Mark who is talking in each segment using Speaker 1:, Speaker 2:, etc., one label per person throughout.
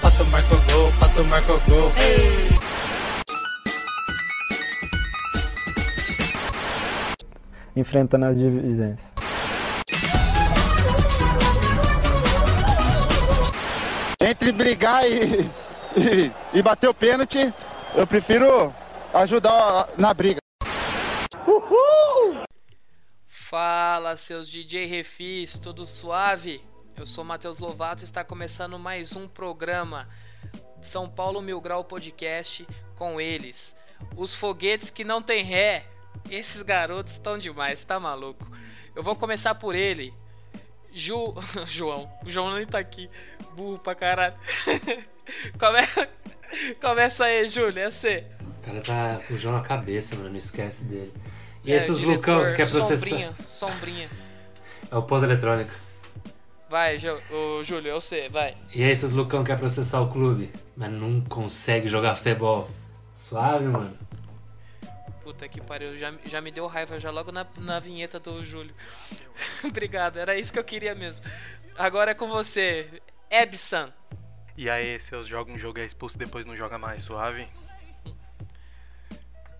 Speaker 1: Pato marcou gol, pato marcou gol.
Speaker 2: enfrentando as divisões.
Speaker 3: Entre brigar e, e, e bater o pênalti, eu prefiro ajudar na briga.
Speaker 1: Fala, seus DJ Refis, tudo suave? Eu sou Matheus Lovato e está começando mais um programa São Paulo Mil Grau Podcast com eles. Os foguetes que não tem ré. Esses garotos estão demais, tá maluco? Eu vou começar por ele. Ju... João. O João nem tá aqui. Burro pra caralho. Come- Começa aí, Júlio. É você.
Speaker 4: O cara tá com o João na cabeça, mano. Não esquece dele. E
Speaker 1: É,
Speaker 4: esses
Speaker 1: diretor,
Speaker 4: Lucão que quer processar.
Speaker 1: Sombrinha, sombrinha.
Speaker 4: É o ponto eletrônico.
Speaker 1: Vai, Ju- ô, Júlio, é você, vai.
Speaker 4: E esses Lucão que é quer processar o clube. Mas não consegue jogar futebol. Suave, mano.
Speaker 1: Puta que pariu, já, já me deu raiva já logo na, na vinheta do Júlio. Obrigado, era isso que eu queria mesmo. Agora é com você, Ebsan.
Speaker 5: E aí, se eu jogo um jogo e é expulso, depois não joga mais suave?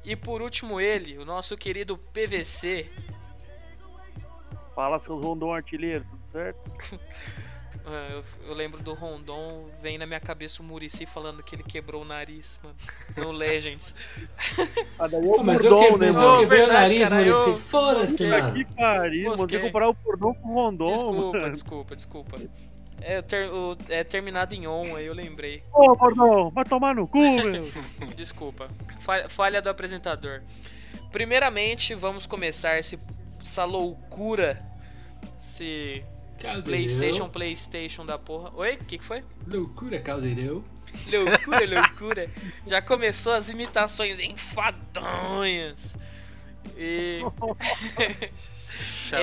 Speaker 1: E por último ele, o nosso querido PVC.
Speaker 6: Fala, seus rondon artilheiro, tudo certo?
Speaker 1: Ah, Eu, eu lembro do Rondon, vem na minha cabeça o Murici falando que ele quebrou o nariz, mano. No Legends.
Speaker 6: Ah, daí é o
Speaker 4: mas eu
Speaker 6: Burdon,
Speaker 4: quebrei,
Speaker 6: né,
Speaker 4: mas
Speaker 1: mano?
Speaker 4: eu quebrei o
Speaker 1: Verdade,
Speaker 4: nariz,
Speaker 1: cara,
Speaker 4: mano.
Speaker 1: eu-
Speaker 4: Esse foda-se,
Speaker 6: mano? Que
Speaker 4: mano.
Speaker 6: pariu, mano. Você
Speaker 1: Mosquei.
Speaker 6: comparar o Burdon com o Rondon,
Speaker 1: Desculpa,
Speaker 6: mano.
Speaker 1: desculpa, desculpa. É, ter- o- é terminado em on, aí eu lembrei.
Speaker 6: Ô, Burdon, vai tomar no cu, meu.
Speaker 1: Desculpa. Fa- Falha do apresentador. Primeiramente, vamos começar esse- essa loucura. Esse
Speaker 4: Caldeirão.
Speaker 1: PlayStation, PlayStation da porra. Oi? O que, que foi?
Speaker 4: Loucura, caldeirão.
Speaker 1: Loucura, loucura. Já começou as imitações enfadonhas. E.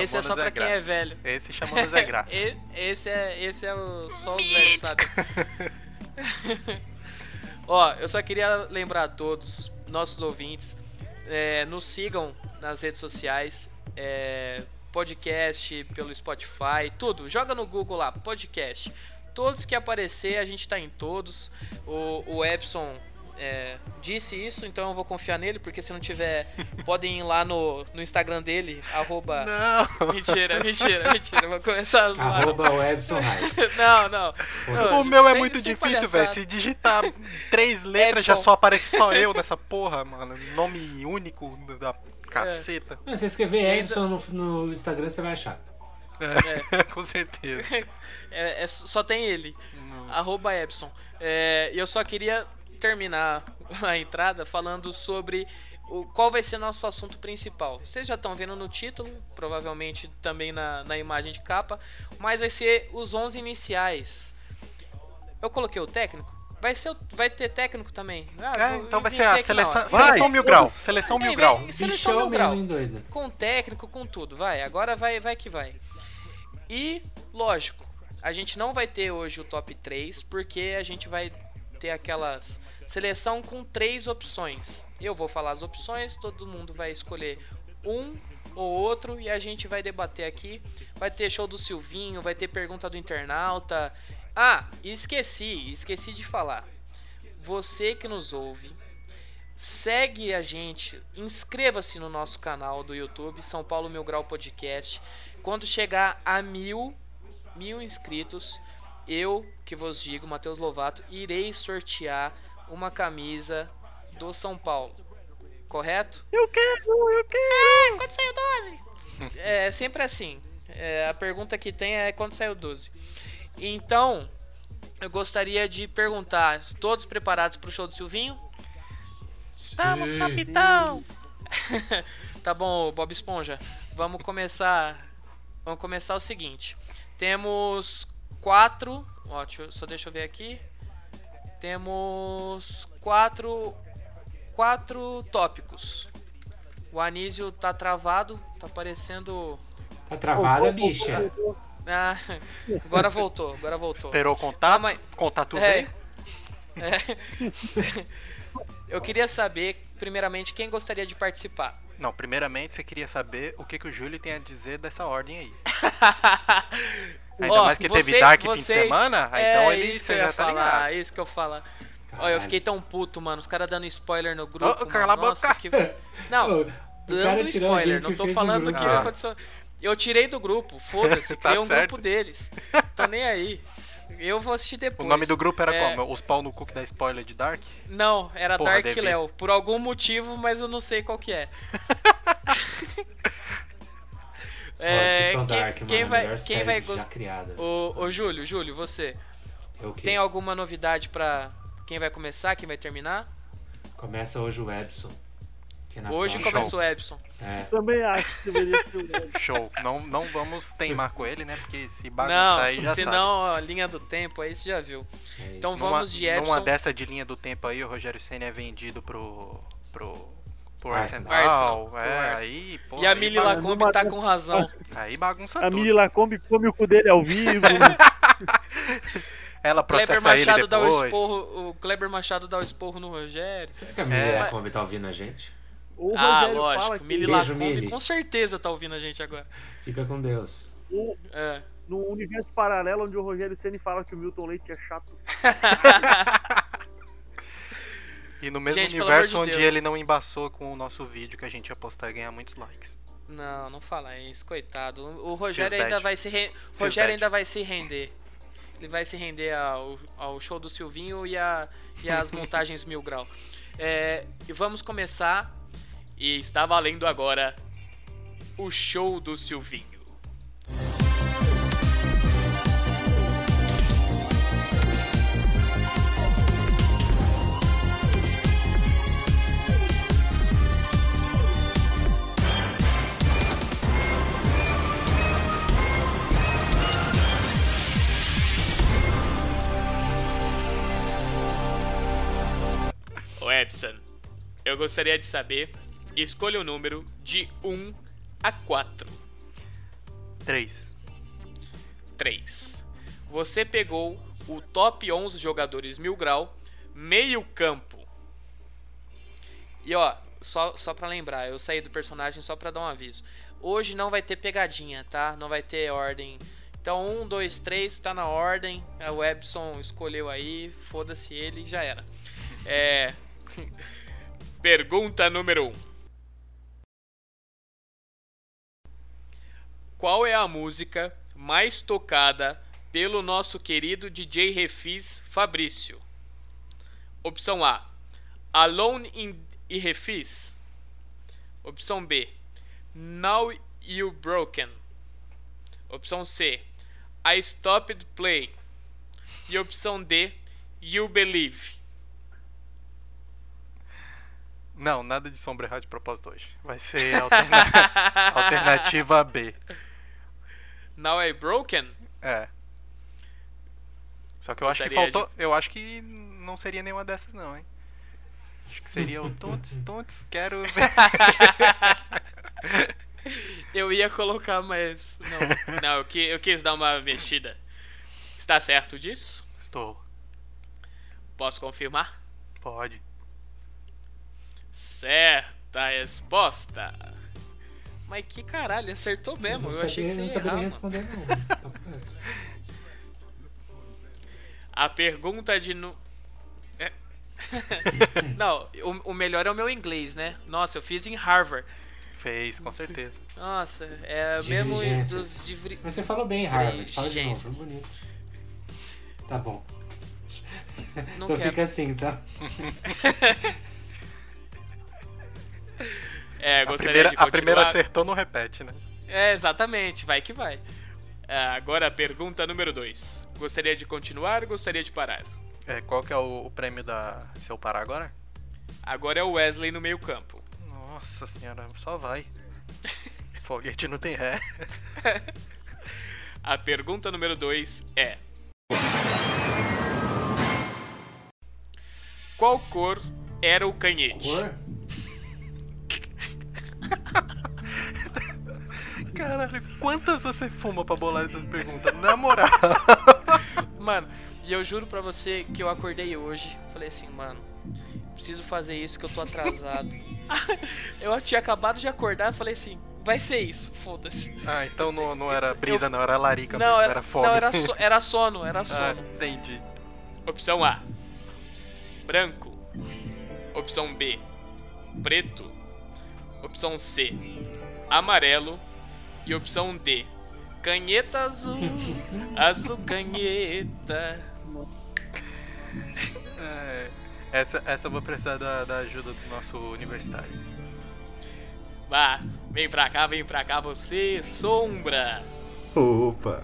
Speaker 1: esse é
Speaker 5: Chamando
Speaker 1: só
Speaker 5: Zé
Speaker 1: pra quem é
Speaker 5: Graça.
Speaker 1: velho.
Speaker 5: Esse chamando Zé é Graça.
Speaker 1: E- esse é, esse é o, só os velhos, sabe? Ó, eu só queria lembrar a todos, nossos ouvintes, é, nos sigam nas redes sociais, é, podcast pelo Spotify, tudo. Joga no Google lá, podcast. Todos que aparecer, a gente tá em todos. O, o Epson é, disse isso, então eu vou confiar nele, porque se não tiver, podem ir lá no, no Instagram dele, arroba...
Speaker 5: Não!
Speaker 1: Mentira, mentira, mentira. Vou começar a zoar.
Speaker 4: Arroba o Ebson Hyde.
Speaker 1: Não, não.
Speaker 4: Foda-se.
Speaker 1: Não,
Speaker 5: O meu é
Speaker 1: sem-
Speaker 5: muito
Speaker 1: sem
Speaker 5: difícil, velho.
Speaker 1: palhaçada.
Speaker 5: Se digitar três letras, já
Speaker 1: Epson.
Speaker 5: só aparece só eu nessa porra, mano. Nome único da caceta.
Speaker 4: Mas se escrever Ebson no, no Instagram, você vai achar.
Speaker 5: É, com certeza.
Speaker 1: É, é- só tem ele. Arroba Epson. É, E eu só queria terminar a entrada falando sobre o, qual vai ser nosso assunto principal. Vocês já estão vendo no título, provavelmente também na, na imagem de capa, mas vai ser os 11 iniciais. Eu coloquei o técnico? Vai, ser, o- vai ter técnico também? Ah,
Speaker 5: É,
Speaker 1: vou
Speaker 5: então vai ser a
Speaker 1: inventar aqui na hora.
Speaker 5: seleção, seleção mil grau. Seleção
Speaker 1: Ei,
Speaker 5: mil
Speaker 1: vem-
Speaker 5: grau.
Speaker 1: Seleção
Speaker 4: Bichão
Speaker 1: mil grau.
Speaker 4: é mesmo, hein, doido?
Speaker 1: Com técnico, com tudo, vai. Agora vai, vai que vai. E, lógico, a gente não vai ter hoje o top 3, porque a gente vai ter aquelas seleção com três opções. Eu vou falar as opções, todo mundo vai escolher um ou outro e a gente vai debater aqui. Vai ter show do Silvinho, vai ter pergunta do internauta. Ah, esqueci, esqueci de falar. Você que nos ouve, Segue a gente, inscreva-se no nosso canal do YouTube, São Paulo Mil Grau Podcast. Quando chegar a mil, mil inscritos, eu que vos digo, Matheus Lovato, irei sortear uma camisa do São Paulo. Correto?
Speaker 6: Eu quero, eu quero.
Speaker 1: É, Quando saiu 12? É sempre assim. É, a pergunta que tem é quando saiu 12. Então, eu gostaria de perguntar: todos preparados para o show do Silvinho?
Speaker 4: Sim.
Speaker 1: Tá bom, Bob Esponja. Vamos começar. Vamos começar o seguinte. Temos quatro. Ó, deixa eu- só deixa eu ver aqui. tá
Speaker 4: Tá travada, bicha.
Speaker 1: Ah, agora voltou, agora voltou.
Speaker 5: Esperou
Speaker 1: Ah,
Speaker 5: contar?
Speaker 1: mas-
Speaker 5: Contar tudo
Speaker 1: É.
Speaker 5: aí?
Speaker 1: É. Eu queria saber, primeiramente, quem gostaria de participar.
Speaker 5: Não, primeiramente você queria saber o que, que o Júlio tem a dizer dessa ordem aí. Ainda
Speaker 1: Ó,
Speaker 5: mais que teve
Speaker 1: você-
Speaker 5: Dark fim de
Speaker 1: vocês-
Speaker 5: semana, aí
Speaker 1: é,
Speaker 5: então ele
Speaker 1: isso que
Speaker 5: você
Speaker 1: eu
Speaker 5: já
Speaker 1: ia
Speaker 5: tá
Speaker 1: falar, é
Speaker 5: ligado.
Speaker 1: isso que eu falar. Ó,
Speaker 4: Caralho.
Speaker 1: eu fiquei tão puto, mano. Os caras dando spoiler no grupo.
Speaker 5: Ô, cala a
Speaker 1: mano. Nossa,
Speaker 5: boca.
Speaker 1: que... Não,
Speaker 4: O cara
Speaker 1: dando
Speaker 4: tirou a
Speaker 1: spoiler.
Speaker 4: gente
Speaker 1: Não
Speaker 4: e
Speaker 1: tô
Speaker 4: fez um
Speaker 1: falando do
Speaker 4: grupo.
Speaker 1: que
Speaker 5: Ah.
Speaker 1: aconteceu. Eu tirei do grupo, foda-se.
Speaker 5: Tá
Speaker 1: criei um
Speaker 5: certo.
Speaker 1: grupo deles. Tô nem aí. Eu vou assistir
Speaker 5: O
Speaker 1: depois.
Speaker 5: nome do grupo era
Speaker 1: É,
Speaker 5: como? Os pau no cu que dá spoiler de Dark?
Speaker 1: Não, era
Speaker 5: Porra,
Speaker 1: Dark
Speaker 5: Devi.
Speaker 1: Léo. Por algum motivo, mas eu não sei qual que é.
Speaker 4: Nossa,
Speaker 1: É,
Speaker 4: são
Speaker 1: quem-
Speaker 4: Dark, mano.
Speaker 1: quem
Speaker 4: a
Speaker 1: vai-
Speaker 4: melhor
Speaker 1: quem
Speaker 4: série
Speaker 1: vai
Speaker 4: já
Speaker 1: gos-
Speaker 4: criada.
Speaker 1: Ô, ô, Júlio, Júlio, você.
Speaker 4: É o quê?
Speaker 1: Tem alguma novidade pra quem vai começar, quem vai terminar?
Speaker 4: Começa hoje o Edson. que
Speaker 5: Ah,
Speaker 4: é na
Speaker 1: Hoje
Speaker 5: tá.
Speaker 1: Então
Speaker 4: próxima.
Speaker 1: começa o Epson.
Speaker 4: É,
Speaker 6: Também acho que deveria ser o Ed.
Speaker 5: Show. não, não vamos teimar com ele, né? Porque se
Speaker 1: Não,
Speaker 5: bagunçar aí já sabe.
Speaker 1: senão a linha do tempo, aí você já viu.
Speaker 4: é
Speaker 1: Então
Speaker 4: isso.
Speaker 1: vamos- de Epson.
Speaker 5: Numa dessa de linha do tempo aí, o Rogério Senna é vendido pro. pro. pro
Speaker 4: Arsenal.
Speaker 5: Arsenal.
Speaker 1: Arsenal, pro
Speaker 5: É,
Speaker 1: Arsenal.
Speaker 5: aí, pô.
Speaker 1: e a
Speaker 5: aí
Speaker 1: Mili
Speaker 5: ba-
Speaker 1: Lacombe tá com razão.
Speaker 5: Aí bagunça
Speaker 6: A
Speaker 5: tudo.
Speaker 6: Mili Lacombe come o cu dele ao vivo.
Speaker 5: Ela processa
Speaker 1: Kleber Machado
Speaker 5: ele
Speaker 1: dá o
Speaker 5: depois.
Speaker 1: esporro. O Kleber Machado dá o esporro no Rogério.
Speaker 4: Será que a Mili
Speaker 5: É,
Speaker 4: da
Speaker 5: mas-
Speaker 4: Kombi tá ouvindo a gente?
Speaker 6: O
Speaker 1: ah,
Speaker 6: Rogério fala
Speaker 1: lógico.
Speaker 6: que
Speaker 1: Mili
Speaker 4: Beijo,
Speaker 1: Lacombe
Speaker 4: Mili.
Speaker 1: com certeza tá ouvindo a gente agora.
Speaker 4: Fica com Deus.
Speaker 6: o-
Speaker 1: É.
Speaker 6: no universo paralelo onde o Rogério Ceni fala que o Milton Leite é chato.
Speaker 5: E no mesmo
Speaker 1: Gente, pelo
Speaker 5: universo
Speaker 1: amor de
Speaker 5: onde
Speaker 1: Deus.
Speaker 5: ele não embaçou com o nosso vídeo que a gente ia postar e ganhar muitos likes.
Speaker 1: Não, não fala isso, coitado. O Rogério
Speaker 5: Feels
Speaker 1: ainda
Speaker 5: bad.
Speaker 1: vai se re... o Rogério
Speaker 5: bad.
Speaker 1: ainda vai se render. Ele vai se render ao, ao show do Silvinho e, a, e as montagens mil grau. É, e vamos começar. E está valendo agora o show do Silvinho. Ô Epson, eu gostaria de saber. Escolha o número de 1 a 4.
Speaker 5: 3.
Speaker 1: 3. Você pegou o top 11 jogadores mil grau, meio campo. E ó, só, só pra lembrar, eu saí do personagem só pra dar um aviso. Hoje não vai ter pegadinha, tá? Não vai ter ordem. Então, 1, 2, 3, tá na ordem. É, O Epson escolheu aí, foda-se ele e já era. É. Pergunta número 1. Qual é a música mais tocada pelo nosso querido DJ Refis Fabrício? Opção A: Alone in e Refis. Opção B: Now You Broken. Opção C: I Stopped Play. E opção D: You Believe.
Speaker 5: Não, nada de sombra errada de propósito hoje. Vai ser alterna- alternativa B.
Speaker 1: Now I Broken?
Speaker 5: É. Só que eu acho que
Speaker 1: Gostaria
Speaker 5: faltou. Eu acho que não seria nenhuma dessas, não, hein? Acho que seria o Tontes, Tontes, quero ver.
Speaker 1: Eu ia colocar, mas. Não, não eu, qui- eu quis dar uma mexida. Está certo disso?
Speaker 5: Estou.
Speaker 1: Posso confirmar?
Speaker 5: Pode.
Speaker 1: Certa resposta. Mas que caralho, acertou mesmo. Eu,
Speaker 4: sabia-
Speaker 1: achei que você
Speaker 4: não
Speaker 1: ia
Speaker 4: saberia
Speaker 1: errar, mano.
Speaker 4: responder, não. Papo reto.
Speaker 1: A pergunta de... Nu... É. não, o, o melhor é o meu inglês, né? Nossa, eu fiz em Harvard.
Speaker 5: Fez, com certeza.
Speaker 1: Nossa, é mesmo em- dos...
Speaker 4: Divergências.
Speaker 1: divri-
Speaker 4: Mas você falou bem, Harvard. Fala de novo,
Speaker 1: Exigências.
Speaker 4: foi bonito. Tá bom.
Speaker 1: Não
Speaker 4: então
Speaker 1: quero.
Speaker 4: fica assim, tá?
Speaker 1: É,
Speaker 5: A
Speaker 1: gostaria
Speaker 5: primeira,
Speaker 1: de
Speaker 5: a primeira
Speaker 1: continuar.
Speaker 5: acertou, não repete, né?
Speaker 1: É, exatamente, vai que vai. Ah, agora a pergunta número 2. Gostaria de continuar ou gostaria de parar?
Speaker 5: É, qual que é o, o prêmio da. Se eu parar agora?
Speaker 1: Agora é o Wesley no meio campo.
Speaker 5: Nossa senhora, só vai. Foguete não tem ré.
Speaker 1: A pergunta número 2 é: Qual cor era o canhete?
Speaker 4: Cor?
Speaker 5: Caralho, quantas você fuma pra bolar essas perguntas? Na moral.
Speaker 1: Mano, e eu juro pra você que eu acordei hoje. Falei assim, mano, preciso fazer isso que eu tô atrasado. eu tinha acabado de acordar e falei assim, vai ser isso, foda-se.
Speaker 5: Ah, então não, não era brisa, não, era larica,
Speaker 1: Não,
Speaker 5: mesmo,
Speaker 1: era,
Speaker 5: era fome.
Speaker 1: não era, so- era sono, era
Speaker 5: Ah,
Speaker 1: sono.
Speaker 5: entendi.
Speaker 1: Opção A: branco. Opção B: preto. Opção C: amarelo. E opção D: canheta azul. Azul canheta.
Speaker 5: É, essa, essa eu vou precisar da, da ajuda do nosso universitário.
Speaker 1: Vá, vem pra cá, vem pra cá, você, sombra.
Speaker 2: Opa.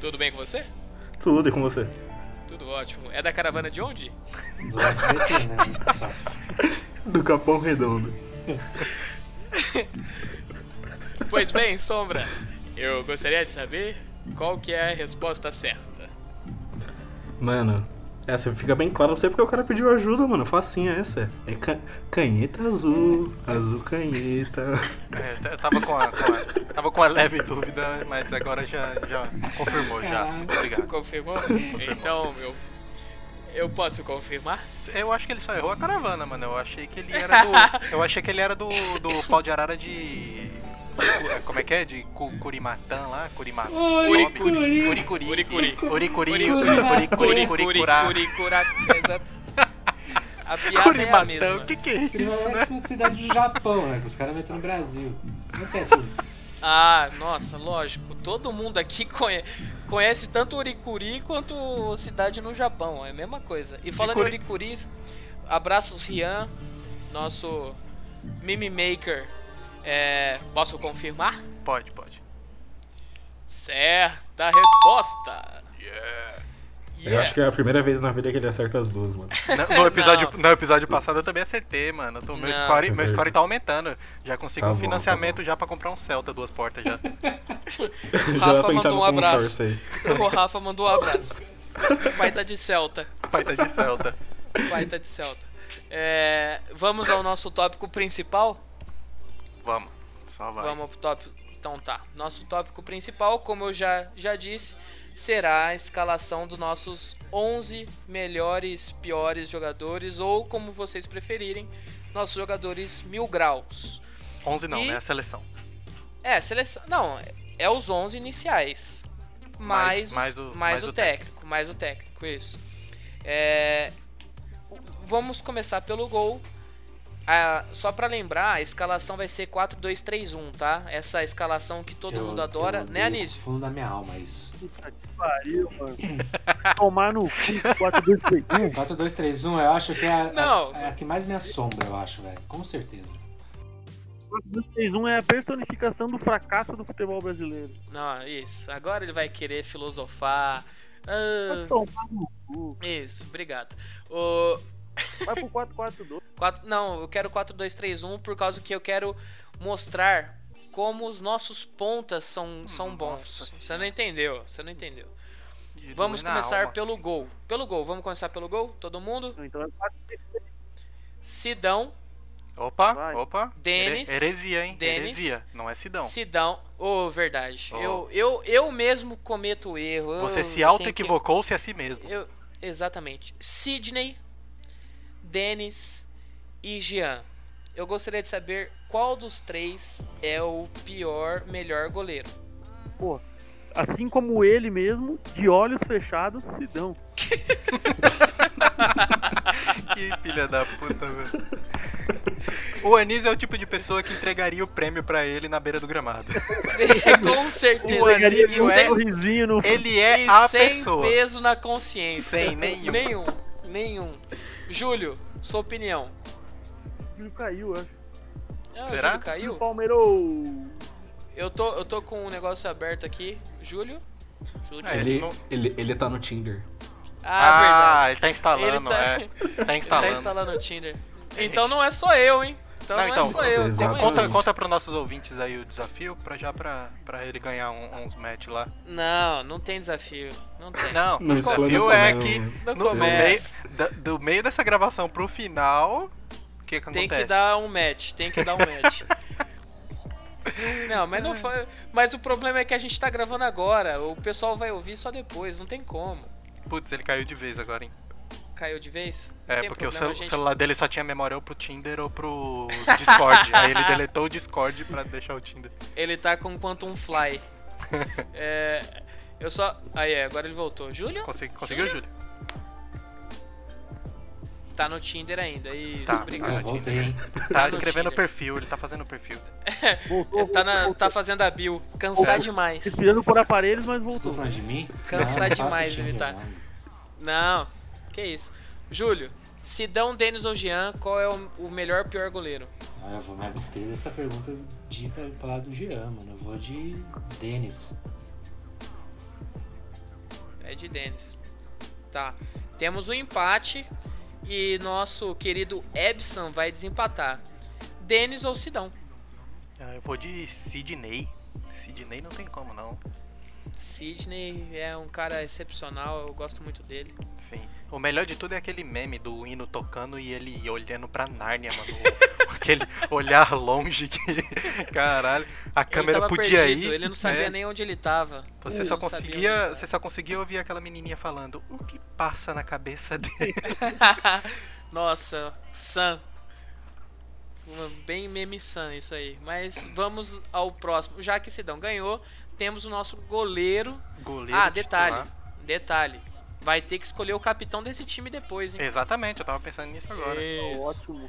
Speaker 1: Tudo bem com você?
Speaker 2: Tudo e com você?
Speaker 1: Tudo ótimo. É da caravana de onde?
Speaker 4: Do SBT, né? Só se-
Speaker 2: Do Capão Redondo.
Speaker 1: Pois bem, sombra, eu gostaria de saber qual que é a resposta certa.
Speaker 2: Mano, essa fica bem clara pra você porque o cara pediu ajuda, mano. Facinha essa. É ca- canheta azul, azul canheta.
Speaker 5: É, eu t- eu tava com a, com a- tava com uma leve dúvida, mas agora já, já confirmou, já. Obrigado.
Speaker 1: Confirmou? Então, eu, eu posso confirmar?
Speaker 5: Eu acho que ele só errou a caravana, mano. Eu achei que ele era do. Eu achei que ele era do, do pau de arara de. Como é que é? De cu, Curimatã lá? Curimatã.
Speaker 1: Uricuri.
Speaker 5: Uricuri.
Speaker 1: Uricuri.
Speaker 5: Uricuri.
Speaker 1: Curi,
Speaker 5: Uricuri.
Speaker 1: curi,
Speaker 5: Curicurá.
Speaker 1: curi, cura- exato. A piada é a
Speaker 5: Curimatã.
Speaker 1: mesma.
Speaker 5: O que que é
Speaker 4: Aquilo
Speaker 5: isso,
Speaker 4: é
Speaker 5: né?
Speaker 4: tipo uma cidade do Japão, né? Que os caras metem no Brasil. Onde você é tudo?
Speaker 1: Ah, nossa, lógico. Todo mundo aqui conhe- conhece tanto Uricuri quanto cidade no Japão. É a mesma coisa. E falando em Uricuri, abraços Rian, nosso meme maker. É, posso confirmar?
Speaker 5: Pode, pode.
Speaker 1: Certa resposta.
Speaker 2: Eu acho que é a primeira vez na vida que ele acerta as duas, mano.
Speaker 5: No, no episódio, no episódio passado eu também acertei, mano. Eu tô- meu,
Speaker 1: Não.
Speaker 5: score, meu score tá aumentando. Já consigo
Speaker 2: Tá
Speaker 5: um
Speaker 2: bom,
Speaker 5: financiamento
Speaker 2: tá
Speaker 5: já pra comprar um Celta, duas portas já.
Speaker 1: O
Speaker 2: Já
Speaker 1: Rafa
Speaker 2: pra entrar
Speaker 1: mandou
Speaker 2: no
Speaker 1: um abraço.
Speaker 2: consórcio aí.
Speaker 1: O Rafa mandou um abraço. O pai tá de Celta.
Speaker 5: Pai tá de Celta.
Speaker 1: O pai tá de Celta. É, vamos ao nosso tópico principal?
Speaker 5: Vamos. Só vai.
Speaker 1: Vamos pro tópico. Então tá. Nosso tópico principal, como eu já, já disse, será a escalação dos nossos 11 melhores, piores jogadores, ou como vocês preferirem, nossos jogadores mil graus.
Speaker 5: 11 não,
Speaker 1: E-
Speaker 5: né? A seleção.
Speaker 1: É, seleção. Não, é- é os 11 iniciais. Mais,
Speaker 5: Mais- mais
Speaker 1: os-
Speaker 5: o-
Speaker 1: mais
Speaker 5: mais
Speaker 1: o,
Speaker 5: o
Speaker 1: técnico, Mais o técnico, isso. É, o- vamos começar pelo gol. Ah, só pra lembrar, a escalação vai ser 4-2-3-1, tá? Essa escalação que todo
Speaker 4: Eu-
Speaker 1: mundo adora,
Speaker 4: eu
Speaker 1: né,
Speaker 4: odeio
Speaker 1: Anísio?
Speaker 4: com o fundo da minha alma, isso.
Speaker 6: Pariu, mano. Tomar no cu, 4, 2, 3.
Speaker 4: 4, 2, 3, 1, eu acho que é a, a-
Speaker 1: Não.
Speaker 4: é a que mais me assombra, eu acho, velho. Com certeza.
Speaker 6: 4, 2, 3, 1 é a personificação do fracasso do futebol brasileiro.
Speaker 1: Não, isso. Agora ele vai querer filosofar. Ah,
Speaker 6: Vai tomar no cu.
Speaker 1: isso, obrigado. O,
Speaker 6: Vai pro 4, 4, 2.
Speaker 1: Quatro- não, eu quero 4-2-3-1 por causa que eu quero mostrar como os nossos pontas são, são bons.
Speaker 5: Senhora.
Speaker 1: Você não entendeu, você não entendeu.
Speaker 5: De
Speaker 1: Vamos
Speaker 5: doer na
Speaker 1: começar
Speaker 5: alma.
Speaker 1: pelo gol. Pelo gol, vamos começar pelo gol? Todo mundo?
Speaker 6: Então é 4, 3,
Speaker 1: Sidão,
Speaker 5: Opa,
Speaker 6: Vai.
Speaker 5: opa.
Speaker 1: Denis.
Speaker 5: Here- Heresia, hein?
Speaker 1: Denis.
Speaker 5: Heresia. Não é Sidão.
Speaker 1: Sidão. Ô, verdade.
Speaker 5: Ô.
Speaker 1: Eu, eu, eu mesmo cometo erro. eu
Speaker 5: Você se
Speaker 1: tenho
Speaker 5: auto-equivocou-se a si mesmo.
Speaker 1: que- eu- Exatamente. Sidney, Denis e Jean. Eu gostaria de saber qual dos três é o pior, melhor goleiro.
Speaker 6: Pô, assim como ele mesmo, de olhos fechados, Sidão.
Speaker 5: Que filha da puta, velho. O Anísio é o tipo de pessoa que entregaria o prêmio pra ele na beira do gramado.
Speaker 1: É, Com certeza.
Speaker 5: O
Speaker 6: Pegaria
Speaker 5: Anísio
Speaker 6: um
Speaker 1: sem,
Speaker 5: é-
Speaker 6: sorrisinho no...
Speaker 5: Ele
Speaker 1: e
Speaker 5: é a
Speaker 1: sem
Speaker 5: pessoa.
Speaker 1: peso na consciência.
Speaker 5: Sem nenhum.
Speaker 1: Nenhum. nenhum. Júlio, sua opinião.
Speaker 6: Ele caiu, acho.
Speaker 1: Ah, o
Speaker 5: Será?
Speaker 1: Júlio caiu?
Speaker 6: O Palmeiras...
Speaker 1: Eu tô, eu tô com um negócio aberto aqui. Júlio? Júlio.
Speaker 5: É,
Speaker 2: Ele,
Speaker 5: não-
Speaker 2: ele, ele tá no Tinder.
Speaker 1: Ah,
Speaker 5: Ah, ele tá
Speaker 1: verdade.
Speaker 5: instalando,
Speaker 1: ele tá,
Speaker 5: é. Tá
Speaker 1: ele tá
Speaker 5: instalando.
Speaker 1: instalando o Tinder. Então não é só eu, hein? Então
Speaker 5: Não,
Speaker 1: não,
Speaker 5: então,
Speaker 1: sou eu.
Speaker 2: exato.
Speaker 1: como eu.
Speaker 5: Conta, conta pros nossos ouvintes aí o desafio, pra já pra, pra ele ganhar um- uns match lá.
Speaker 1: Não, não tem desafio. Não tem.
Speaker 5: Não,
Speaker 2: Não
Speaker 5: o
Speaker 2: explana
Speaker 5: desafio
Speaker 2: isso né,
Speaker 5: é
Speaker 2: não.
Speaker 5: que
Speaker 1: Não
Speaker 5: no, no meio,
Speaker 1: começa.
Speaker 5: da- do meio dessa gravação pro final, o que, que acontece?
Speaker 1: Tem que dar um match, tem que dar um match. Não, mas
Speaker 5: É.
Speaker 1: não foi. Mas o problema é que a gente tá gravando agora. O pessoal vai ouvir só depois, não tem como.
Speaker 5: Putz, ele caiu de vez agora, hein?
Speaker 1: Caiu de vez? Não
Speaker 5: É,
Speaker 1: tem
Speaker 5: porque o,
Speaker 1: problema,
Speaker 5: cel-
Speaker 1: gente.
Speaker 5: celular dele só tinha memória ou pro Tinder ou pro Discord. aí ele deletou o Discord pra deixar o Tinder.
Speaker 1: Ele tá com Quantum Fly. é. Eu só. Aí é, agora ele voltou. Júlio?
Speaker 5: Consegui- conseguiu, Júlio?
Speaker 1: Tá no Tinder ainda. Isso,
Speaker 5: Tá.
Speaker 1: obrigado.
Speaker 4: Ah, voltei, hein?
Speaker 5: Tá
Speaker 1: no
Speaker 5: escrevendo o
Speaker 1: Tinder.
Speaker 5: perfil, ele tá fazendo o perfil.
Speaker 6: Voltou,
Speaker 5: É.
Speaker 1: Ele tá, na-
Speaker 6: voltou.
Speaker 1: tá fazendo a Bill. Cansar demais.
Speaker 6: Respirando por aparelhos, mas
Speaker 4: Você tá
Speaker 6: voltou.
Speaker 4: falando de mim?
Speaker 1: Cansar
Speaker 4: Não, não faço
Speaker 1: demais,
Speaker 4: Tinder,
Speaker 1: Vitar.
Speaker 4: não.
Speaker 1: Não, que isso. Júlio, Sidão, Denis ou Jean, qual é o, o melhor pior goleiro?
Speaker 4: Ah, eu vou me abster dessa pergunta de ir pra, pra lá do Jean, mano. Eu vou de Denis.
Speaker 1: É de Denis. Tá. Temos um empate e nosso querido Ebson vai desempatar. Denis ou Sidão?
Speaker 5: Ah, eu vou de Sidney. Sidney não tem como, não.
Speaker 1: Sidney é um cara excepcional, eu gosto muito dele.
Speaker 5: Sim. O melhor de tudo é aquele meme do hino tocando e ele olhando pra Nárnia, mano. aquele olhar longe que. Caralho. A câmera
Speaker 1: ele tava
Speaker 5: podia ir.
Speaker 1: perdido, ele não sabia
Speaker 5: né?
Speaker 1: nem onde ele tava.
Speaker 5: Você
Speaker 1: Ele
Speaker 5: só
Speaker 1: não sabia
Speaker 5: conseguia.
Speaker 1: onde ele
Speaker 5: Você só conseguia ouvir aquela menininha falando. O que passa na cabeça dele?
Speaker 1: tava. Nossa, Sam. Uma- Bem meme Sam isso aí. Mas vamos ao próximo. Já que Sidão ganhou, temos o nosso goleiro
Speaker 5: Goleiro.
Speaker 1: Ah, detalhe.
Speaker 5: titular.
Speaker 1: Detalhe. Vai ter que escolher o capitão desse time depois, hein?
Speaker 5: Exatamente, eu tava pensando nisso agora.
Speaker 1: Isso.
Speaker 5: Já
Speaker 6: Ótimo.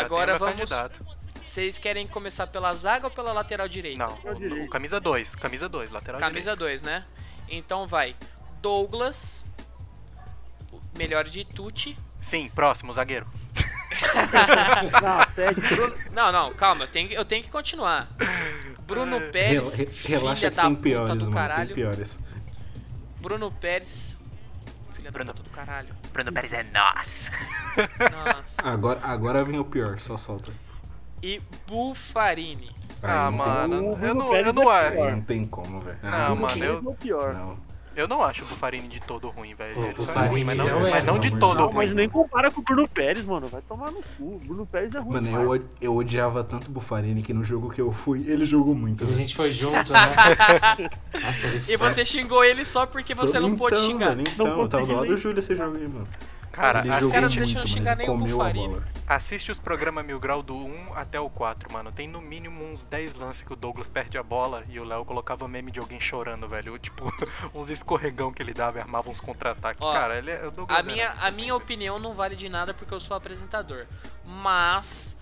Speaker 1: É, Agora
Speaker 5: tem meu
Speaker 1: vamos-
Speaker 5: Candidato.
Speaker 1: Vocês querem começar pela zaga ou pela lateral direita?
Speaker 5: Não, o, o camisa 2. Camisa 2, lateral
Speaker 1: Camisa 2, né? Então vai. Douglas. Melhor de Tucci.
Speaker 5: direito. Sim, próximo, zagueiro.
Speaker 6: Na sede,
Speaker 1: Não, não, calma, eu tenho, que- eu tenho que continuar. Bruno
Speaker 2: Rel-
Speaker 1: Pérez,
Speaker 2: re- relaxa
Speaker 1: filha
Speaker 2: que
Speaker 1: da
Speaker 2: tem
Speaker 1: puta
Speaker 2: piores,
Speaker 1: do
Speaker 2: mano. Tem
Speaker 1: caralho.
Speaker 2: piores.
Speaker 1: Bruno Pérez, filha
Speaker 5: Bruno.
Speaker 1: da puta do caralho.
Speaker 5: Bruno Pérez é nós.
Speaker 1: Nossa.
Speaker 2: Agora, agora vem o pior, só solta.
Speaker 1: E Bufarini.
Speaker 5: Ah,
Speaker 2: Aí não tem-
Speaker 5: mano,
Speaker 6: Bruno
Speaker 5: eu não,
Speaker 6: Pérez
Speaker 5: eu não
Speaker 6: é
Speaker 5: acho.
Speaker 2: aí Não tem como, velho. Ah,
Speaker 5: Não,
Speaker 2: tem
Speaker 5: mano, eu,
Speaker 6: o pior.
Speaker 2: Não.
Speaker 5: eu não acho o Bufarini de todo ruim, velho.
Speaker 4: Pô,
Speaker 5: Ele só é
Speaker 4: Buffarini,
Speaker 5: ruim, mas não,
Speaker 4: ele é o
Speaker 5: mas não de
Speaker 2: Elton,
Speaker 5: todo
Speaker 6: Não,
Speaker 5: ruim.
Speaker 6: mas nem compara com o Bruno Pérez, mano. Vai tomar no cu. O Bruno Pérez é ruim.
Speaker 2: Mano,
Speaker 6: demais.
Speaker 2: eu, o- eu odiava tanto o Bufarini que no jogo que eu fui, ele jogou muito.
Speaker 4: Então a
Speaker 2: velho.
Speaker 4: gente foi junto, né? Nossa, ele foi.
Speaker 1: E você xingou ele só porque você
Speaker 2: Só-
Speaker 1: não pôde
Speaker 2: então,
Speaker 1: xingar.
Speaker 2: velho, então, eu tava
Speaker 6: consegui
Speaker 2: do lado
Speaker 6: nem-
Speaker 2: do Júlio esse jogo aí, mano.
Speaker 5: Cara,
Speaker 2: ele
Speaker 5: assiste,
Speaker 2: jogou
Speaker 1: cara não
Speaker 2: muito,
Speaker 1: deixa eu
Speaker 2: mano,
Speaker 1: xingar
Speaker 2: ele
Speaker 1: nem o
Speaker 2: comeu a
Speaker 1: Buffarini.
Speaker 2: bola.
Speaker 5: assiste os programas Mil Grau do 1 até o 4, mano. Tem no mínimo uns 10 lances que o Douglas perde a bola e o Léo colocava meme de alguém chorando, velho. Tipo, uns escorregão que ele dava e armava uns contra-ataques.
Speaker 1: Ó,
Speaker 5: Cara, ele é o Douglas.
Speaker 1: A
Speaker 5: é muito
Speaker 1: minha, a
Speaker 5: ruim,
Speaker 1: minha
Speaker 5: velho.
Speaker 1: opinião não vale de nada porque eu sou apresentador. Mas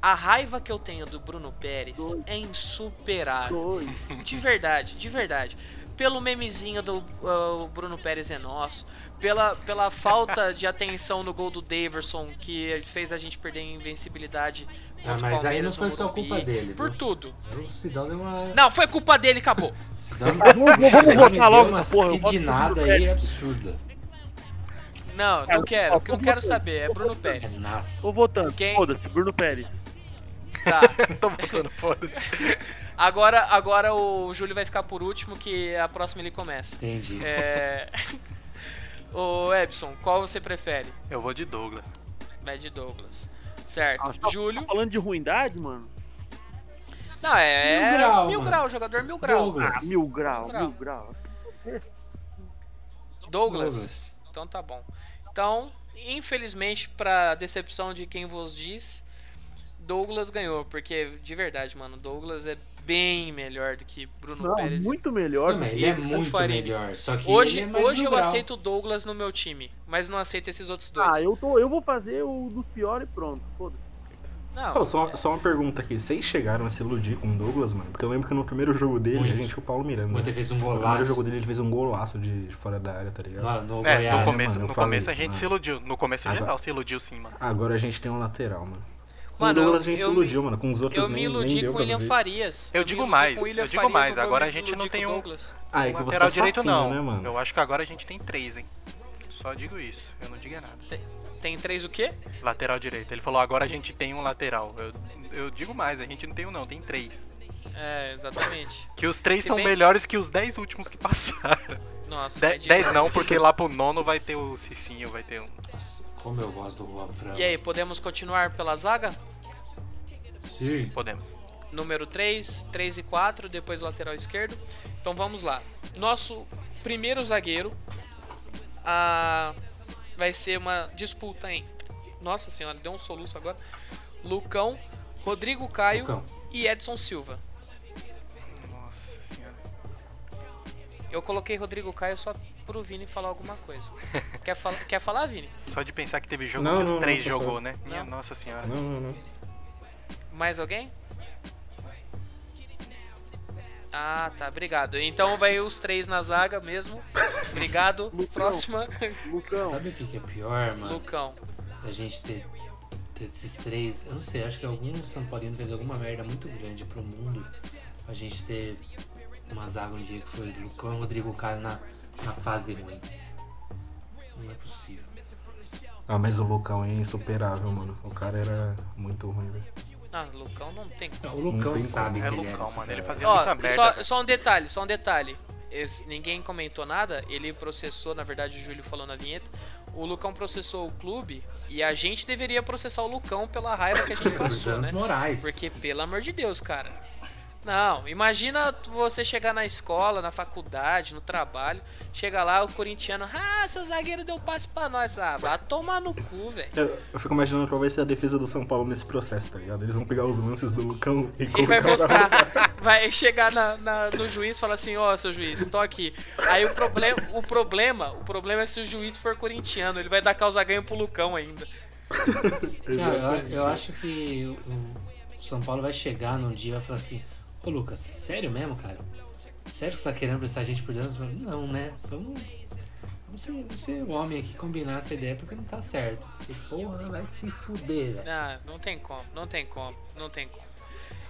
Speaker 1: a raiva que eu tenho do Bruno Pérez é insuperável.
Speaker 6: Dois.
Speaker 1: De verdade, de verdade. Pelo memezinho do ah, o Bruno Pérez é nosso, pela, pela falta de atenção no gol do Daverson, que fez a gente perder a invencibilidade contra
Speaker 4: Ah,
Speaker 1: o
Speaker 4: mas
Speaker 1: Palmeiras
Speaker 4: aí não
Speaker 1: no
Speaker 4: foi só
Speaker 1: Morumbi.
Speaker 4: culpa dele,
Speaker 1: Por
Speaker 4: viu?
Speaker 1: tudo.
Speaker 4: O Sidão deu uma.
Speaker 1: Não, foi culpa dele, acabou.
Speaker 4: Sidão
Speaker 6: Vamos, vamos
Speaker 4: Sidão me
Speaker 6: votar
Speaker 4: deu
Speaker 6: logo
Speaker 4: uma
Speaker 6: essa porra. Eu voto no
Speaker 4: sidinada
Speaker 6: Bruno
Speaker 4: aí
Speaker 6: Pérez.
Speaker 4: absurda.
Speaker 1: Não,
Speaker 6: É,
Speaker 1: não quero. O que eu
Speaker 6: culpa
Speaker 1: quero
Speaker 6: dele.
Speaker 1: saber é Bruno Pérez.
Speaker 4: Nossa.
Speaker 6: Tô votando.
Speaker 1: Quem?
Speaker 6: Foda-se, Bruno Pérez.
Speaker 1: Tá.
Speaker 5: Tô botando foda-se.
Speaker 1: Agora, agora o Júlio vai ficar por último, que a próxima ele começa.
Speaker 4: Entendi.
Speaker 1: É... Ô, Epson, qual você prefere?
Speaker 5: Eu vou de Douglas.
Speaker 1: Vai de Douglas. Certo. Ah,
Speaker 4: Ah,
Speaker 1: Júlio.
Speaker 6: Tá falando de ruindade, mano?
Speaker 1: Não, é.
Speaker 4: Mil grau,
Speaker 1: mil
Speaker 4: mano.
Speaker 1: grau, jogador mil grau.
Speaker 4: Douglas.
Speaker 6: Ah, mil grau,
Speaker 1: Mil grau.
Speaker 6: mil grau.
Speaker 1: Douglas. Então tá bom. Então, infelizmente, pra decepção de quem vos diz, Douglas ganhou. Porque, de verdade, mano, Douglas é bem melhor do que Bruno
Speaker 6: Não,
Speaker 1: Pérez. um
Speaker 6: muito
Speaker 4: Não,
Speaker 6: melhor.
Speaker 4: mas ele é
Speaker 1: Ele
Speaker 4: muito
Speaker 1: faria.
Speaker 4: melhor. Só que
Speaker 1: Hoje,
Speaker 4: ele é mais
Speaker 1: hoje eu
Speaker 4: liberal.
Speaker 1: aceito o Douglas no meu time, mas não aceito esses outros dois.
Speaker 6: Ah, eu, tô, eu vou fazer o do pior e pronto. Foda-se.
Speaker 1: Não,
Speaker 2: Pô, só, só uma pergunta aqui. Vocês chegaram a se iludir com o Douglas, mano? Porque eu lembro que no primeiro jogo dele,
Speaker 4: Muito.
Speaker 2: a gente, o Paulo Miranda. né?
Speaker 4: Ontem fez um
Speaker 2: No primeiro jogo
Speaker 4: golaço
Speaker 2: dele, ele fez um golaço de fora da área, tá ligado?
Speaker 4: no, no
Speaker 5: É,
Speaker 4: Goiás.
Speaker 5: no começo,
Speaker 2: mano, eu
Speaker 5: no
Speaker 2: falei,
Speaker 5: começo a gente
Speaker 2: mano.
Speaker 5: se iludiu. No começo
Speaker 2: Agora-
Speaker 5: geral se iludiu sim, mano.
Speaker 2: Agora a gente tem um lateral, mano. Com
Speaker 1: Mano,
Speaker 2: o Douglas a gente
Speaker 1: eu
Speaker 2: se
Speaker 1: me-
Speaker 2: iludiu, mano. Com os outros
Speaker 1: eu
Speaker 2: nem,
Speaker 1: me
Speaker 2: nem
Speaker 1: iludi
Speaker 2: deu
Speaker 1: com o
Speaker 2: pra
Speaker 1: William
Speaker 2: vocês.
Speaker 1: Farias.
Speaker 5: Eu
Speaker 1: me
Speaker 5: digo
Speaker 1: iludi
Speaker 5: mais,
Speaker 1: com o William
Speaker 5: eu digo
Speaker 1: Farias,
Speaker 5: mais,
Speaker 1: não foi
Speaker 5: agora
Speaker 1: eu
Speaker 5: a
Speaker 1: me
Speaker 5: gente não
Speaker 1: iludi
Speaker 5: tem
Speaker 1: com o
Speaker 5: um-
Speaker 1: Douglas.
Speaker 2: Ah, é que você é
Speaker 5: Lateral direito
Speaker 2: facinho,
Speaker 5: não.
Speaker 2: né, mano?
Speaker 5: Eu acho que agora a gente tem três, hein? Só digo isso. Eu não digo nada.
Speaker 1: Tem, tem três o quê?
Speaker 5: Lateral direito. Ele falou, agora a gente tem um lateral. Eu, eu digo mais, a gente não tem um não, tem três.
Speaker 1: É, exatamente.
Speaker 5: Que os três
Speaker 1: Se
Speaker 5: são
Speaker 1: bem-
Speaker 5: melhores que os dez últimos que passaram.
Speaker 1: Nossa,
Speaker 5: De-
Speaker 1: vai de-
Speaker 5: dez não, porque lá pro nono vai ter o Cicinho, vai ter um.
Speaker 4: Nossa, como eu gosto do Juan Franco.
Speaker 1: E aí, podemos continuar pela zaga?
Speaker 4: Sim.
Speaker 5: Podemos.
Speaker 1: número 3, 3 e 4, depois lateral esquerdo. Então vamos lá. Nosso primeiro zagueiro ah, vai ser uma disputa entre. Nossa senhora, deu um soluço agora. Lucão, Rodrigo Caio
Speaker 4: Lucão.
Speaker 1: e Edson Silva.
Speaker 5: Nossa senhora.
Speaker 1: Eu coloquei Rodrigo Caio só pro Vini falar alguma coisa. quer, fala- quer falar, Vini?
Speaker 5: Só de pensar que teve jogo
Speaker 2: Não,
Speaker 5: que os
Speaker 2: não, não,
Speaker 5: três
Speaker 2: tá
Speaker 5: jogou,
Speaker 2: certo.
Speaker 5: né? Minha
Speaker 1: Não.
Speaker 5: nossa senhora.
Speaker 2: Não, não, não.
Speaker 1: Mais alguém? Ah, tá, obrigado. Então vai os três na zaga mesmo. Obrigado. Próxima,
Speaker 6: Lucão.
Speaker 4: Sabe o que, que é pior, mano?
Speaker 1: Lucão.
Speaker 4: da gente ter, ter esses três. Eu não sei, acho que algum São Paulino fez alguma merda muito grande pro mundo. A gente ter uma zaga um dia que foi Lucão e Rodrigo Caio na, na fase ruim. Não é possível.
Speaker 2: Ah, mas o Lucão é insuperável, mano. O cara era muito ruim, velho.
Speaker 1: Ah, Lucão não tem.
Speaker 4: Não, o Lucão
Speaker 2: tem
Speaker 4: sabe
Speaker 5: É
Speaker 4: que ele
Speaker 5: Lucão,
Speaker 4: era
Speaker 5: mano,
Speaker 4: super-
Speaker 5: ele fazia-
Speaker 1: Ó,
Speaker 5: muita merda,
Speaker 1: só,
Speaker 5: velho.
Speaker 1: só um detalhe, só um detalhe. Esse- ninguém comentou nada, ele processou, na verdade o Júlio falou na vinheta, o Lucão processou o clube e a gente deveria processar o Lucão pela raiva que a gente
Speaker 4: Os
Speaker 1: passou,
Speaker 4: danos
Speaker 1: né?
Speaker 4: morais.
Speaker 1: Porque, pelo amor de Deus, cara. Não, imagina tu- você chegar na escola, na faculdade, no trabalho, chega lá o corintiano, ah, seu zagueiro deu passe pra nós. Ah, vá tomar no cu, velho.
Speaker 2: Eu, eu fico imaginando qual vai ser a defesa do São Paulo nesse processo, tá ligado? Eles vão pegar os lances do Lucão e
Speaker 1: Ele vai
Speaker 2: colocar.
Speaker 1: mostrar, vai chegar na- na- no juiz e falar assim, ó, seu juiz, tô aqui. Aí o problema, o problema, o problema é se o juiz for corintiano, ele vai dar causa ganho pro Lucão ainda.
Speaker 4: Não, eu, eu acho que o, o São Paulo vai chegar num dia e vai falar assim: Ô Lucas, sério mesmo, cara? Sério que você tá querendo prestar a gente por danos? morais?" Não, né? Vamos, vamos ser, vamos ser homem aqui, combinar essa ideia porque não tá certo. Porque, porra, vai se fuder, velho.
Speaker 1: Ah, não tem como, não tem como, não tem como.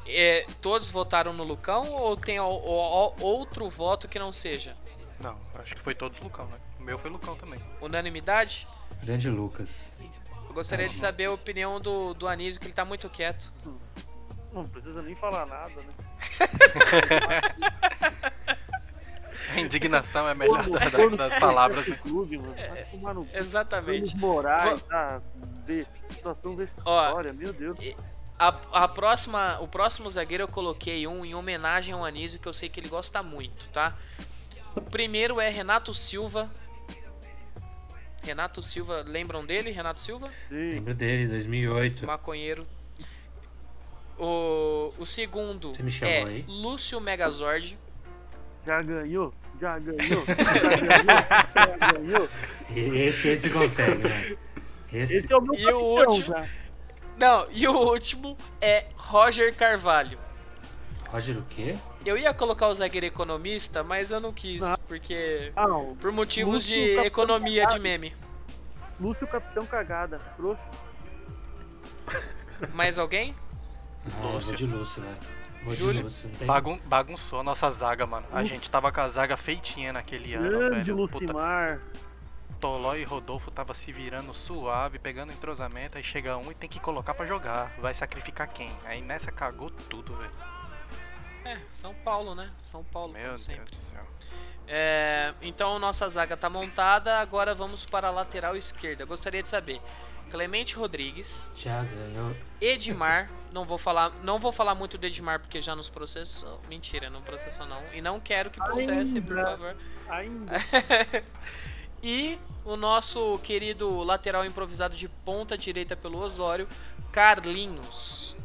Speaker 1: É, todos votaram no Lucão ou tem o- o- o- outro voto que não seja?
Speaker 5: Não, acho que foi todo Lucão, né? O meu foi Lucão também.
Speaker 1: Unanimidade?
Speaker 4: Grande Lucas.
Speaker 1: Eu gostaria de saber a opinião do, do Anísio, que ele tá muito quieto.
Speaker 6: Não precisa nem falar nada, né?
Speaker 5: A indignação é a melhor da- da- das palavras, né?
Speaker 6: Clube, mano.
Speaker 1: É.
Speaker 6: Vai tomar no
Speaker 1: Exatamente.
Speaker 6: Danos morais, tá? Vê, situação vexatória, meu Deus.
Speaker 1: A, a próxima, o próximo zagueiro eu coloquei um em homenagem ao Anísio, que eu sei que ele gosta muito, tá? O primeiro é Renato Silva. Renato Silva, lembram dele? Renato Silva?
Speaker 6: Sim.
Speaker 4: Lembro dele, 2008.
Speaker 1: Maconheiro. O, o segundo
Speaker 4: Você me chamou
Speaker 1: é
Speaker 4: aí?
Speaker 1: Lúcio Megazord.
Speaker 6: Já ganhou, já ganhou, já ganhou, já ganhou.
Speaker 4: Esse, esse consegue, né? Esse,
Speaker 6: Esse é o meu
Speaker 1: E
Speaker 6: capitão
Speaker 1: o último?
Speaker 6: já.
Speaker 1: Não, e o último é Roger Carvalho.
Speaker 4: Roger o quê?
Speaker 1: Eu ia colocar o zagueiro economista, mas eu não quis,
Speaker 6: Ah.
Speaker 1: porque.
Speaker 6: Ah, não.
Speaker 1: Por motivos
Speaker 6: Lúcio
Speaker 1: de
Speaker 6: Capitão
Speaker 1: economia de
Speaker 6: Carvalho.
Speaker 1: meme.
Speaker 6: Lúcio Capitão Cagada, trouxa.
Speaker 1: Mais alguém?
Speaker 4: Ah, eu vou de Lúcio, velho. Vou
Speaker 1: Júlio.
Speaker 4: de Lúcio. Não tem-
Speaker 5: Bagun- bagunçou a nossa zaga, mano. A gente tava com a zaga feitinha naquele ano,
Speaker 6: Grande
Speaker 5: velho. Puta,
Speaker 6: Lucimar.
Speaker 5: Toló e Rodolfo tava se virando suave, pegando entrosamento, aí chega um e tem que colocar pra jogar. Vai sacrificar quem? Aí nessa cagou tudo, velho.
Speaker 1: É, São Paulo, né? São Paulo,
Speaker 5: Meu
Speaker 1: como
Speaker 5: Deus
Speaker 1: sempre.
Speaker 5: do céu.
Speaker 1: É, então nossa zaga tá montada, agora vamos para a lateral esquerda. Gostaria de saber. Clemente Rodrigues,
Speaker 4: Já ganhou.
Speaker 1: Edmar, não vou falar, não vou falar muito do Edmar porque já nos processou. Mentira, não processou não. E não quero que processe, por
Speaker 6: Ainda.
Speaker 1: favor.
Speaker 6: Ainda.
Speaker 1: E o nosso querido lateral improvisado de ponta direita pelo Osório, Carlinhos.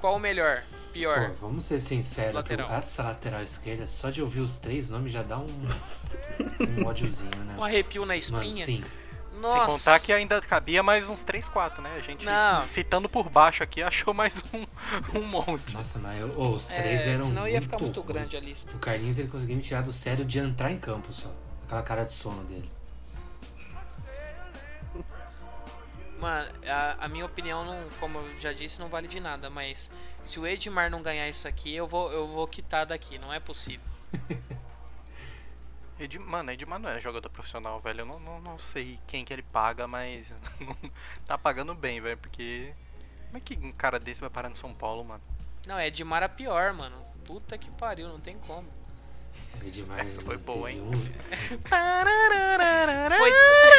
Speaker 1: Qual o melhor? Pior.
Speaker 4: Pô, vamos ser sinceros,
Speaker 1: Lateral.
Speaker 4: que essa lateral esquerda, só de ouvir os três nomes já dá um, um ódiozinho, né?
Speaker 1: Um arrepio na
Speaker 4: Mano,
Speaker 1: espinha.
Speaker 4: sim.
Speaker 1: Nossa.
Speaker 5: Sem contar que ainda cabia mais uns 3, 4, né? A gente
Speaker 1: Não.
Speaker 5: citando por baixo aqui, achou mais um, um monte.
Speaker 4: Nossa, mas eu- ô, os três
Speaker 1: é,
Speaker 4: eram.
Speaker 1: senão ia ficar muito
Speaker 4: ruim.
Speaker 1: grande a lista.
Speaker 4: O Carlinhos ele conseguia me tirar do sério de entrar em campo só. Aquela cara de sono dele.
Speaker 1: Mano, a, a minha opinião, não, como eu já disse, não vale de nada, mas se o Edmar não ganhar isso aqui, eu vou, eu vou quitar daqui, não é possível.
Speaker 5: Edi, mano, Edmar não é jogador profissional, velho. Eu não, não, não sei quem que ele paga, mas não- tá pagando bem, velho. Porque. Como é que um cara desse vai parar no São Paulo, mano?
Speaker 1: Não, é de Mara pior, mano. Puta que pariu, não tem como.
Speaker 4: É demais.
Speaker 5: Essa foi
Speaker 4: né?
Speaker 5: boa,
Speaker 4: Teve
Speaker 5: hein?
Speaker 4: um-
Speaker 1: Foi,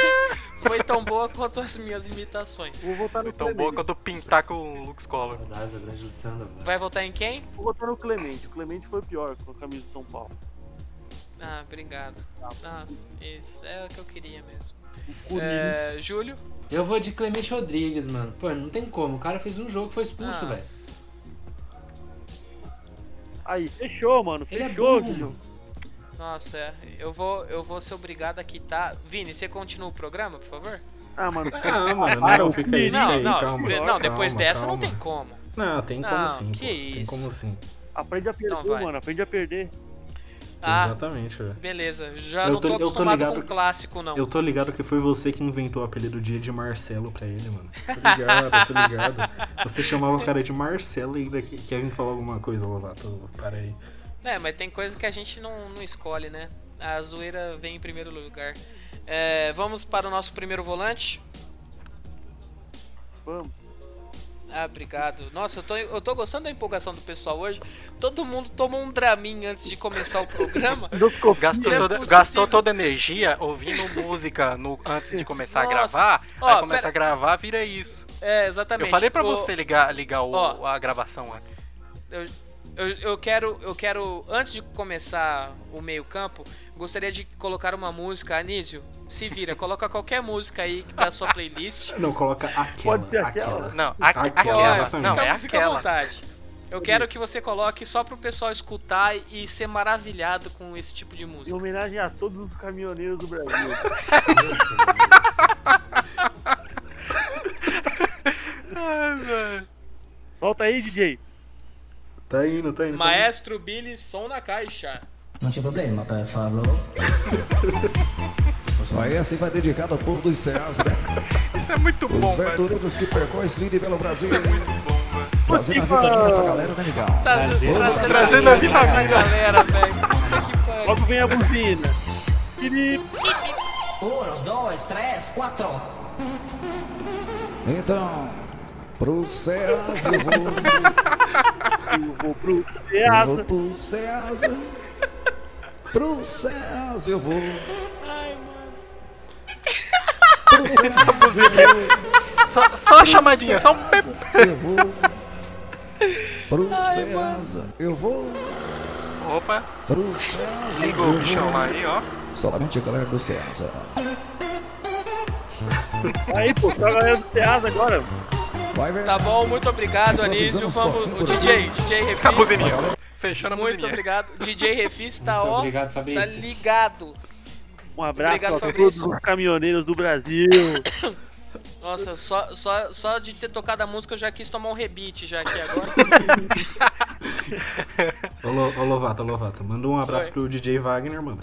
Speaker 1: foi tão boa quanto as minhas imitações.
Speaker 6: Vou votar no
Speaker 5: Foi tão boa
Speaker 6: Clemente.
Speaker 5: quanto pintar com o Lux Collar.
Speaker 4: Saudades da grande Luciano Doval.
Speaker 1: Vai votar em quem?
Speaker 6: Vou votar no Clemente. O Clemente foi o pior com a camisa de São Paulo.
Speaker 1: Ah, obrigado. Nossa, isso é o que eu queria mesmo.
Speaker 6: Curinho.
Speaker 1: É, Júlio?
Speaker 4: Eu vou de Clemente Rodrigues, mano. Pô, não tem como. O cara fez um jogo e foi expulso,
Speaker 1: Ah,
Speaker 4: velho.
Speaker 6: Aí, fechou, mano.
Speaker 4: Ele é
Speaker 6: Fechou,
Speaker 4: bom,
Speaker 6: filho.
Speaker 4: mano.
Speaker 1: Nossa, é. eu vou, eu vou ser obrigado a quitar. Vini, você continua o programa, por favor?
Speaker 6: Ah, mano.
Speaker 2: Ah, mano,
Speaker 6: Para
Speaker 2: não,
Speaker 6: o
Speaker 2: fica aí,
Speaker 6: filho.
Speaker 2: fica
Speaker 1: Não,
Speaker 2: aí,
Speaker 1: não,
Speaker 2: calma.
Speaker 1: de- não, depois
Speaker 2: calma,
Speaker 1: dessa
Speaker 2: calma.
Speaker 1: não tem como.
Speaker 2: Não, tem como
Speaker 1: Não,
Speaker 2: sim,
Speaker 1: que
Speaker 2: pô, tem
Speaker 1: isso.
Speaker 2: como sim.
Speaker 6: Aprende a perder,
Speaker 1: Então vai.
Speaker 6: mano. Aprende a perder.
Speaker 1: Ah,
Speaker 2: Exatamente, velho.
Speaker 1: beleza. Já
Speaker 2: Eu
Speaker 1: não
Speaker 2: tô-
Speaker 1: tô,
Speaker 2: eu tô
Speaker 1: acostumado
Speaker 2: ligado
Speaker 1: com
Speaker 2: que-
Speaker 1: clássico, não.
Speaker 2: Eu tô ligado que foi você que inventou o apelido de Ed Marcelo pra ele, mano. Tô ligado, tô ligado. Você chamava o cara de Marcelo e ainda que- quer vir falar alguma coisa, Lovato. Para aí.
Speaker 1: É, mas tem coisa que a gente não, não escolhe, né? A zoeira vem em primeiro lugar. É, vamos para o nosso primeiro volante.
Speaker 6: Vamos.
Speaker 1: Ah, obrigado. Nossa, eu tô, eu tô gostando da empolgação do pessoal hoje. Todo mundo tomou um Dramin antes de começar o programa.
Speaker 5: Gastou,
Speaker 1: Não é
Speaker 5: toda,
Speaker 1: possível.
Speaker 5: gastou toda a energia ouvindo música no- antes de começar a
Speaker 1: Nossa.
Speaker 5: gravar.
Speaker 1: Ó,
Speaker 5: aí começa
Speaker 1: pera-
Speaker 5: a gravar, vira isso.
Speaker 1: É, exatamente.
Speaker 5: Eu falei pra
Speaker 1: O-
Speaker 5: você né? ligar, ligar o-
Speaker 1: Ó.
Speaker 5: a gravação antes.
Speaker 1: Eu, eu, eu quero, eu quero, antes de começar o meio-campo, gostaria de colocar uma música. Anísio, se vira, coloca qualquer música aí que tá na sua playlist.
Speaker 2: Não, coloca aquela.
Speaker 6: Pode ser aquela?
Speaker 5: Não, a-
Speaker 2: Aquela,
Speaker 5: aquela.
Speaker 2: exatamente.
Speaker 5: Não,
Speaker 1: então
Speaker 5: é
Speaker 1: fica à
Speaker 5: aquela.
Speaker 1: vontade. Eu quero que você coloque só pro pessoal escutar e ser maravilhado com esse tipo de
Speaker 6: Em
Speaker 1: música.
Speaker 6: homenagem a todos os caminhoneiros do Brasil.
Speaker 4: Eu sei, eu sei.
Speaker 6: Solta aí, DJ.
Speaker 2: Tá indo, tá indo. tá indo.
Speaker 1: Maestro Billy, som na caixa.
Speaker 7: Non c'è problema per farlo.
Speaker 8: Mas essa vai dedicada ao povo dos Ceás, né?
Speaker 5: Isso é muito bom,
Speaker 8: Os
Speaker 5: velho.
Speaker 8: verdureiros que percorrem Slide pelo Brasil. Fazendo a
Speaker 6: Possível.
Speaker 8: vitamina pra galera, né, Miguel?
Speaker 1: Tá
Speaker 4: Trazendo
Speaker 1: trazendo,
Speaker 5: Trazendo a vitamina.
Speaker 1: galera, velho. Puta que pariu.
Speaker 6: Logo vem a buzina. Tiri.
Speaker 7: Unos, dois, três, quatro.
Speaker 8: Então, pro Ceás eu vou,
Speaker 6: Eu vou pro
Speaker 8: eu vou
Speaker 6: teatro.
Speaker 8: pro Ceás. Pro Ceás eu vou. Pro Ceás
Speaker 5: Só, só a chamadinha, só um pep.
Speaker 8: eu vou. Pro Ceás eu vou.
Speaker 5: Opa,
Speaker 8: Pro Ceás eu
Speaker 5: ligou o bichão lá
Speaker 8: vou.
Speaker 5: aí, ó.
Speaker 8: Solamente a galera do Ceás.
Speaker 6: Aí, pô, só a galera do teatro agora.
Speaker 8: Vai ver.
Speaker 1: Tá bom, muito obrigado, Anísio. Vamos, o DJ, DJ Refis.
Speaker 5: A buzininha. Fechando a
Speaker 1: Muito
Speaker 5: buzininha.
Speaker 1: obrigado. DJ Refis tá,
Speaker 4: Muito
Speaker 1: ó,
Speaker 4: obrigado,
Speaker 1: tá
Speaker 4: Fabrício.
Speaker 1: ligado.
Speaker 6: Um abraço
Speaker 1: Obrigado,
Speaker 6: a todos
Speaker 1: Fabrício.
Speaker 6: os caminhoneiros do Brasil.
Speaker 1: Nossa, só, só, só de ter tocado a música eu já quis tomar um rebite já aqui agora.
Speaker 2: Ô, Lo- ô, Lovato, ô, Lovato. Manda um abraço
Speaker 1: Oi.
Speaker 2: pro DJ Wagner, mano.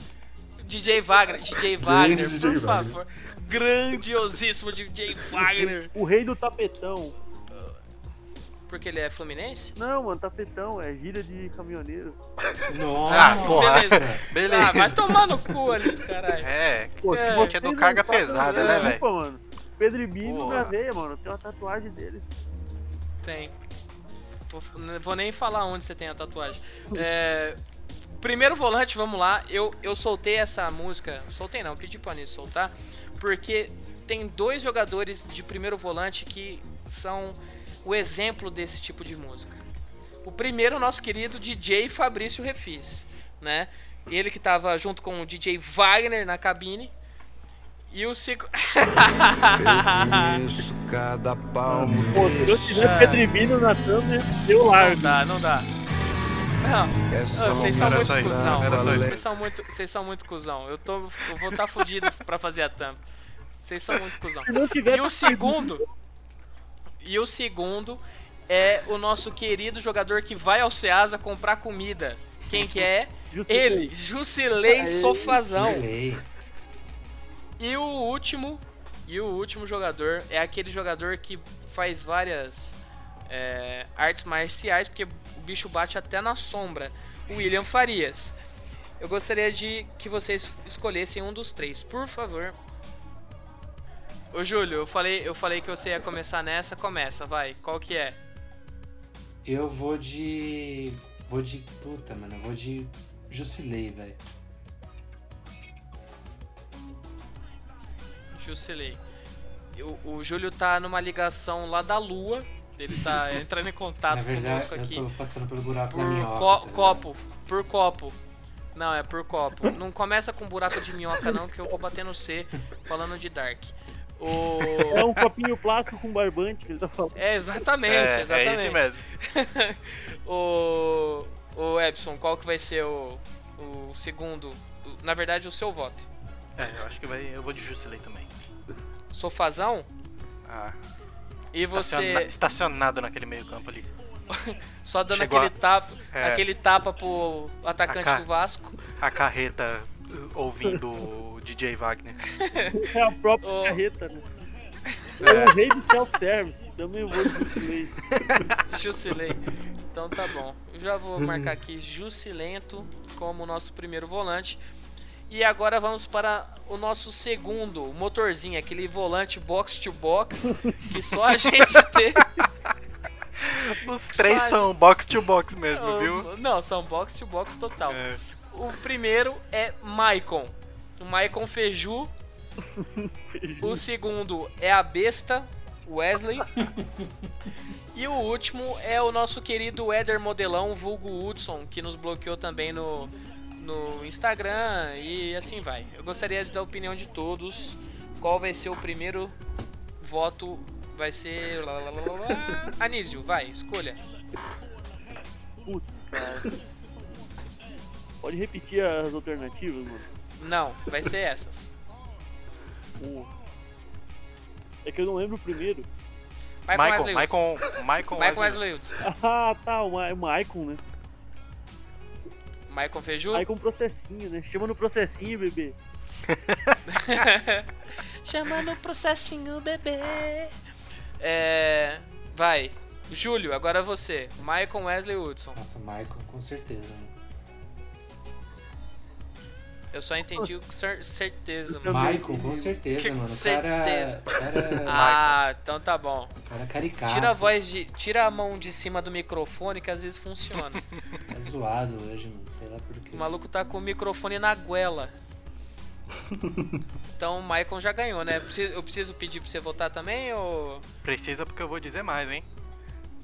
Speaker 1: DJ Wagner, DJ Wagner,
Speaker 2: DJ
Speaker 1: por
Speaker 2: Wagner.
Speaker 1: favor. Grandiosíssimo DJ Wagner.
Speaker 6: O rei do tapetão.
Speaker 1: Porque ele é fluminense?
Speaker 6: Não, mano, tapetão é gíria de caminhoneiro.
Speaker 5: Ah,
Speaker 4: Nossa.
Speaker 5: porra.
Speaker 1: Beleza. Ah, vai
Speaker 5: Beleza.
Speaker 1: tomar no cu ali, caralho.
Speaker 5: É,
Speaker 6: Pô, se
Speaker 1: É.
Speaker 6: vocês
Speaker 5: Tinha do
Speaker 6: não
Speaker 5: carga
Speaker 6: sabem,
Speaker 5: pesada,
Speaker 6: eu
Speaker 5: né,
Speaker 6: desculpa,
Speaker 5: velho?
Speaker 6: mano. Pedro e Bino
Speaker 5: Porra.
Speaker 6: na veia, mano. Tem uma tatuagem dele.
Speaker 1: Tem. Vou- não Vou nem falar onde você tem a tatuagem. É, primeiro volante, vamos lá. Eu, eu soltei essa música. Soltei não, pedi pro Anísio soltar. Porque tem dois jogadores de primeiro volante que são o exemplo desse tipo de música. O primeiro, é o nosso querido DJ Fabrício Refis, né? Ele que tava junto com o DJ Wagner na cabine. E o segundo.
Speaker 8: Isso, cada palmo.
Speaker 6: Pô, se eu tiver Pedro e Bino na thumb, eu largo.
Speaker 1: Não dá, não dá. Não. Ah, vocês são
Speaker 5: Era
Speaker 1: muito
Speaker 5: É só isso,
Speaker 1: cuzão.
Speaker 5: era só isso.
Speaker 1: Vocês são muito, vocês são muito cuzão. Eu, tô, eu vou estar fudido pra fazer a tampa. Vocês são muito cuzão.
Speaker 6: não tiver
Speaker 1: E o segundo. E o segundo é o nosso querido jogador que vai ao Ceasa comprar comida. Quem que é?
Speaker 6: Justiça.
Speaker 1: Ele, Jusilei Sofazão.
Speaker 4: Delay.
Speaker 1: E o último, e o último jogador é aquele jogador que faz várias é, artes marciais, porque o bicho bate até na sombra. O William Farias. Eu gostaria de que vocês escolhessem um dos três, por favor. Ô Júlio, eu falei, eu falei que você ia começar nessa, começa, vai. Qual que é?
Speaker 4: Eu vou de. Vou de. Puta, mano, eu vou de Jusilei, velho.
Speaker 1: Jusilei. Eu- O, Júlio tá numa ligação lá da Lua. Ele tá entrando em
Speaker 4: Na
Speaker 1: contato
Speaker 4: verdade,
Speaker 1: conosco aqui.
Speaker 4: eu tô passando pelo buraco da
Speaker 1: Por
Speaker 4: minhoca.
Speaker 1: co-
Speaker 4: tá ligado?
Speaker 1: copo. Por copo. Não, é por copo. Não começa com buraco de minhoca, não, que eu vou bater no C falando de Dark. O...
Speaker 6: É um copinho plástico com barbante que ele tá falando.
Speaker 1: É, exatamente,
Speaker 5: é,
Speaker 1: exatamente.
Speaker 5: é esse mesmo.
Speaker 1: o... o Epson, qual que vai ser o, o segundo? o- Na verdade, o seu voto.
Speaker 5: É, eu acho que vai, eu vou de Jusilei também.
Speaker 1: Sofazão?
Speaker 5: Ah,
Speaker 1: E
Speaker 5: estaciona-
Speaker 1: você
Speaker 5: Estacionado naquele meio campo ali.
Speaker 1: só dando
Speaker 5: chegou
Speaker 1: aquele
Speaker 5: a-
Speaker 1: tapa,
Speaker 5: é.
Speaker 1: aquele tapa pro atacante
Speaker 5: Acá.
Speaker 1: do Vasco.
Speaker 5: A carreta uh, ouvindo o DJ Wagner.
Speaker 6: É a própria
Speaker 1: Ô.
Speaker 6: carreta, né? É o rei do self-service. Também vou de Jusilei.
Speaker 1: Jusilei. Então tá bom. Eu já vou marcar aqui Jusilento como nosso primeiro volante. E agora vamos para o nosso segundo o motorzinho, aquele volante box to box que só a gente tem.
Speaker 5: Os três
Speaker 1: Sabe?
Speaker 5: são box to box mesmo, viu?
Speaker 1: Não, são box to box total.
Speaker 5: É.
Speaker 1: O primeiro é Maicon. O Maicon Feju. O segundo é a besta, Wesley. E o último é o nosso querido Éder Modelão, vulgo Hudson, que nos bloqueou também no, no Instagram e assim vai. Eu gostaria da opinião de todos. Qual vai ser o primeiro voto? Vai ser... lá, lá, lá, lá, lá. Anísio, vai, escolha.
Speaker 6: Pode repetir as alternativas, mano.
Speaker 1: Não, vai ser essas.
Speaker 6: O- Um. É que eu não lembro o primeiro.
Speaker 1: Maicon,
Speaker 5: Michael,
Speaker 1: Wesley Hudson.
Speaker 5: Michael, Michael,
Speaker 1: Michael
Speaker 5: Wesley.
Speaker 1: Wesley Hudson.
Speaker 6: Ah, tá. O Ma- o Maicon, né?
Speaker 1: Maicon Feju?
Speaker 6: Maicon processinho, né? Chama no processinho, bebê.
Speaker 1: Chamando o processinho bebê. É. Vai. Júlio, agora você. Michael Wesley Hudson.
Speaker 4: Nossa, Michael, com certeza, mano.
Speaker 1: Eu só entendi com cer- certeza,
Speaker 6: Eu
Speaker 1: mano.
Speaker 4: Michael, com certeza,
Speaker 1: Que
Speaker 4: mano. O
Speaker 1: certeza.
Speaker 4: cara. cara
Speaker 1: Ah, então tá bom.
Speaker 4: cara é caricato.
Speaker 1: Tira a voz de. Tira a mão de cima do microfone que às vezes funciona.
Speaker 4: Tá zoado hoje, mano. Sei lá por quê.
Speaker 1: O maluco tá com o microfone na goela. Então o Michael já ganhou, né? Preciso- Eu preciso pedir pra você votar também ou.
Speaker 5: Precisa porque eu vou dizer mais, hein?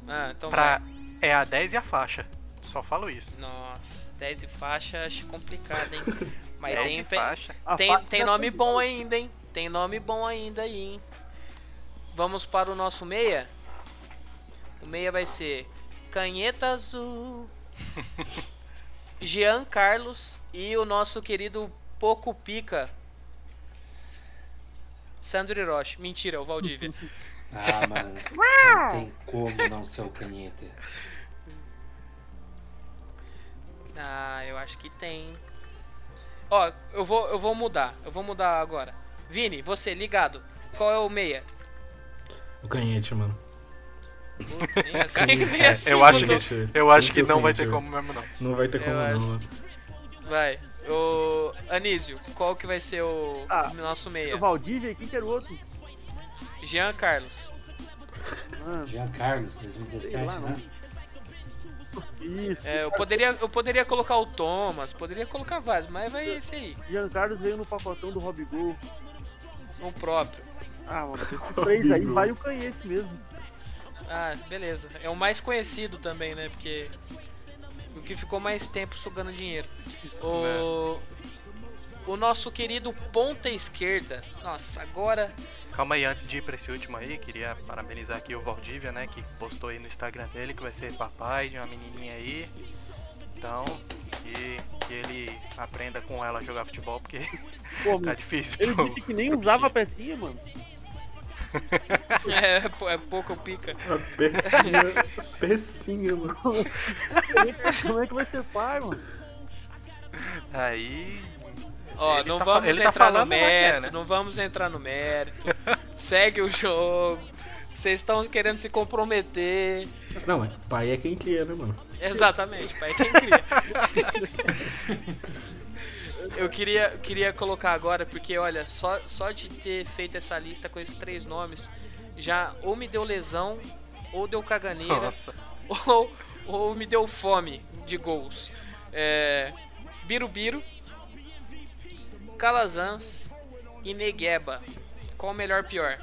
Speaker 1: Ah, então
Speaker 5: Pra...
Speaker 1: vai.
Speaker 5: É a 10 e a faixa. Só falo isso.
Speaker 1: Nossa, 10 e faixa, acho complicado, hein? Mas
Speaker 5: 10
Speaker 1: tem,
Speaker 5: e
Speaker 1: pe-
Speaker 5: faixa.
Speaker 6: A
Speaker 1: Tem,
Speaker 6: faixa
Speaker 1: tem
Speaker 6: já
Speaker 1: nome
Speaker 6: tá-
Speaker 1: bom ainda, hein? Tem nome bom ainda aí, hein? Vamos para o nosso meia? O meia vai ser Canheta Azul, Jean Carlos e o nosso querido Poco Pica, Sandro Hiroshi. Mentira, o Valdívia.
Speaker 4: Ah, mano. Não tem como não ser o canheta.
Speaker 1: ah, eu acho que tem. Ó, eu vou, eu vou mudar. Eu vou mudar agora. Vini, você, ligado. Qual é o meia?
Speaker 2: O canhete, mano.
Speaker 1: Puta, nem assim, nem
Speaker 2: cara,
Speaker 1: assim
Speaker 5: é, Eu acho,
Speaker 1: mudou.
Speaker 5: que,
Speaker 2: mudou.
Speaker 5: eu acho
Speaker 2: Esse é
Speaker 5: que
Speaker 2: eu
Speaker 5: não vai ter
Speaker 2: conheci.
Speaker 5: como mesmo, não.
Speaker 2: Não vai ter como
Speaker 1: Eu
Speaker 2: não.
Speaker 1: Vai. Ô, Anísio, qual que vai ser o
Speaker 6: Ah,
Speaker 1: o nosso meia?
Speaker 6: O Valdívia e quem que era o outro?
Speaker 1: Jean Carlos.
Speaker 6: Ah,
Speaker 4: Jean Carlos, 2017,
Speaker 6: Sei lá,
Speaker 4: né?
Speaker 6: isso.
Speaker 1: É, eu, poderia, eu poderia colocar o Thomas, poderia colocar vários, mas vai esse aí,
Speaker 6: Jean Carlos veio no pacotão do Rob Gol.
Speaker 1: o próprio.
Speaker 6: Ah, mano, esses três aí vai o canhete mesmo.
Speaker 1: Ah, beleza. É o mais conhecido também, né? Porque o que ficou mais tempo sugando dinheiro. O, o nosso querido ponta esquerda. Nossa, agora
Speaker 5: Calma aí, antes de ir pra esse último aí, queria parabenizar aqui o Valdívia, né? Que postou aí no Instagram dele que vai ser papai de uma menininha aí. Então, que, que ele aprenda com ela a jogar futebol, porque
Speaker 6: Pô,
Speaker 5: tá
Speaker 6: mano,
Speaker 5: difícil.
Speaker 6: ele
Speaker 5: pro-
Speaker 6: disse que nem
Speaker 5: pro
Speaker 6: usava a
Speaker 5: bichinho.
Speaker 6: pecinha, mano.
Speaker 1: é, pô- é pouco pica.
Speaker 2: A pecinha, a pecinha, mano.
Speaker 6: Como é que- Como é que vai ser pai, mano?
Speaker 5: Aí.
Speaker 1: Ó,
Speaker 5: Ele
Speaker 1: não
Speaker 5: tá fa-
Speaker 1: vamos
Speaker 5: ele tá
Speaker 1: entrar no
Speaker 5: falando, mas
Speaker 1: mérito,
Speaker 5: é, né?
Speaker 1: não vamos entrar no mérito. Segue o jogo. Vocês estão querendo se comprometer.
Speaker 2: Não, é mas pai é quem cria, né, mano?
Speaker 1: Exatamente, pai, quem cria. Eu queria, queria colocar agora, porque olha, só, só de ter feito essa lista com esses três nomes, já ou me deu lesão, ou deu caganeira,
Speaker 5: Nossa.
Speaker 1: ou, ou me deu fome de gols. É, Birubiru, Calazans e Negueba. Qual o melhor pior?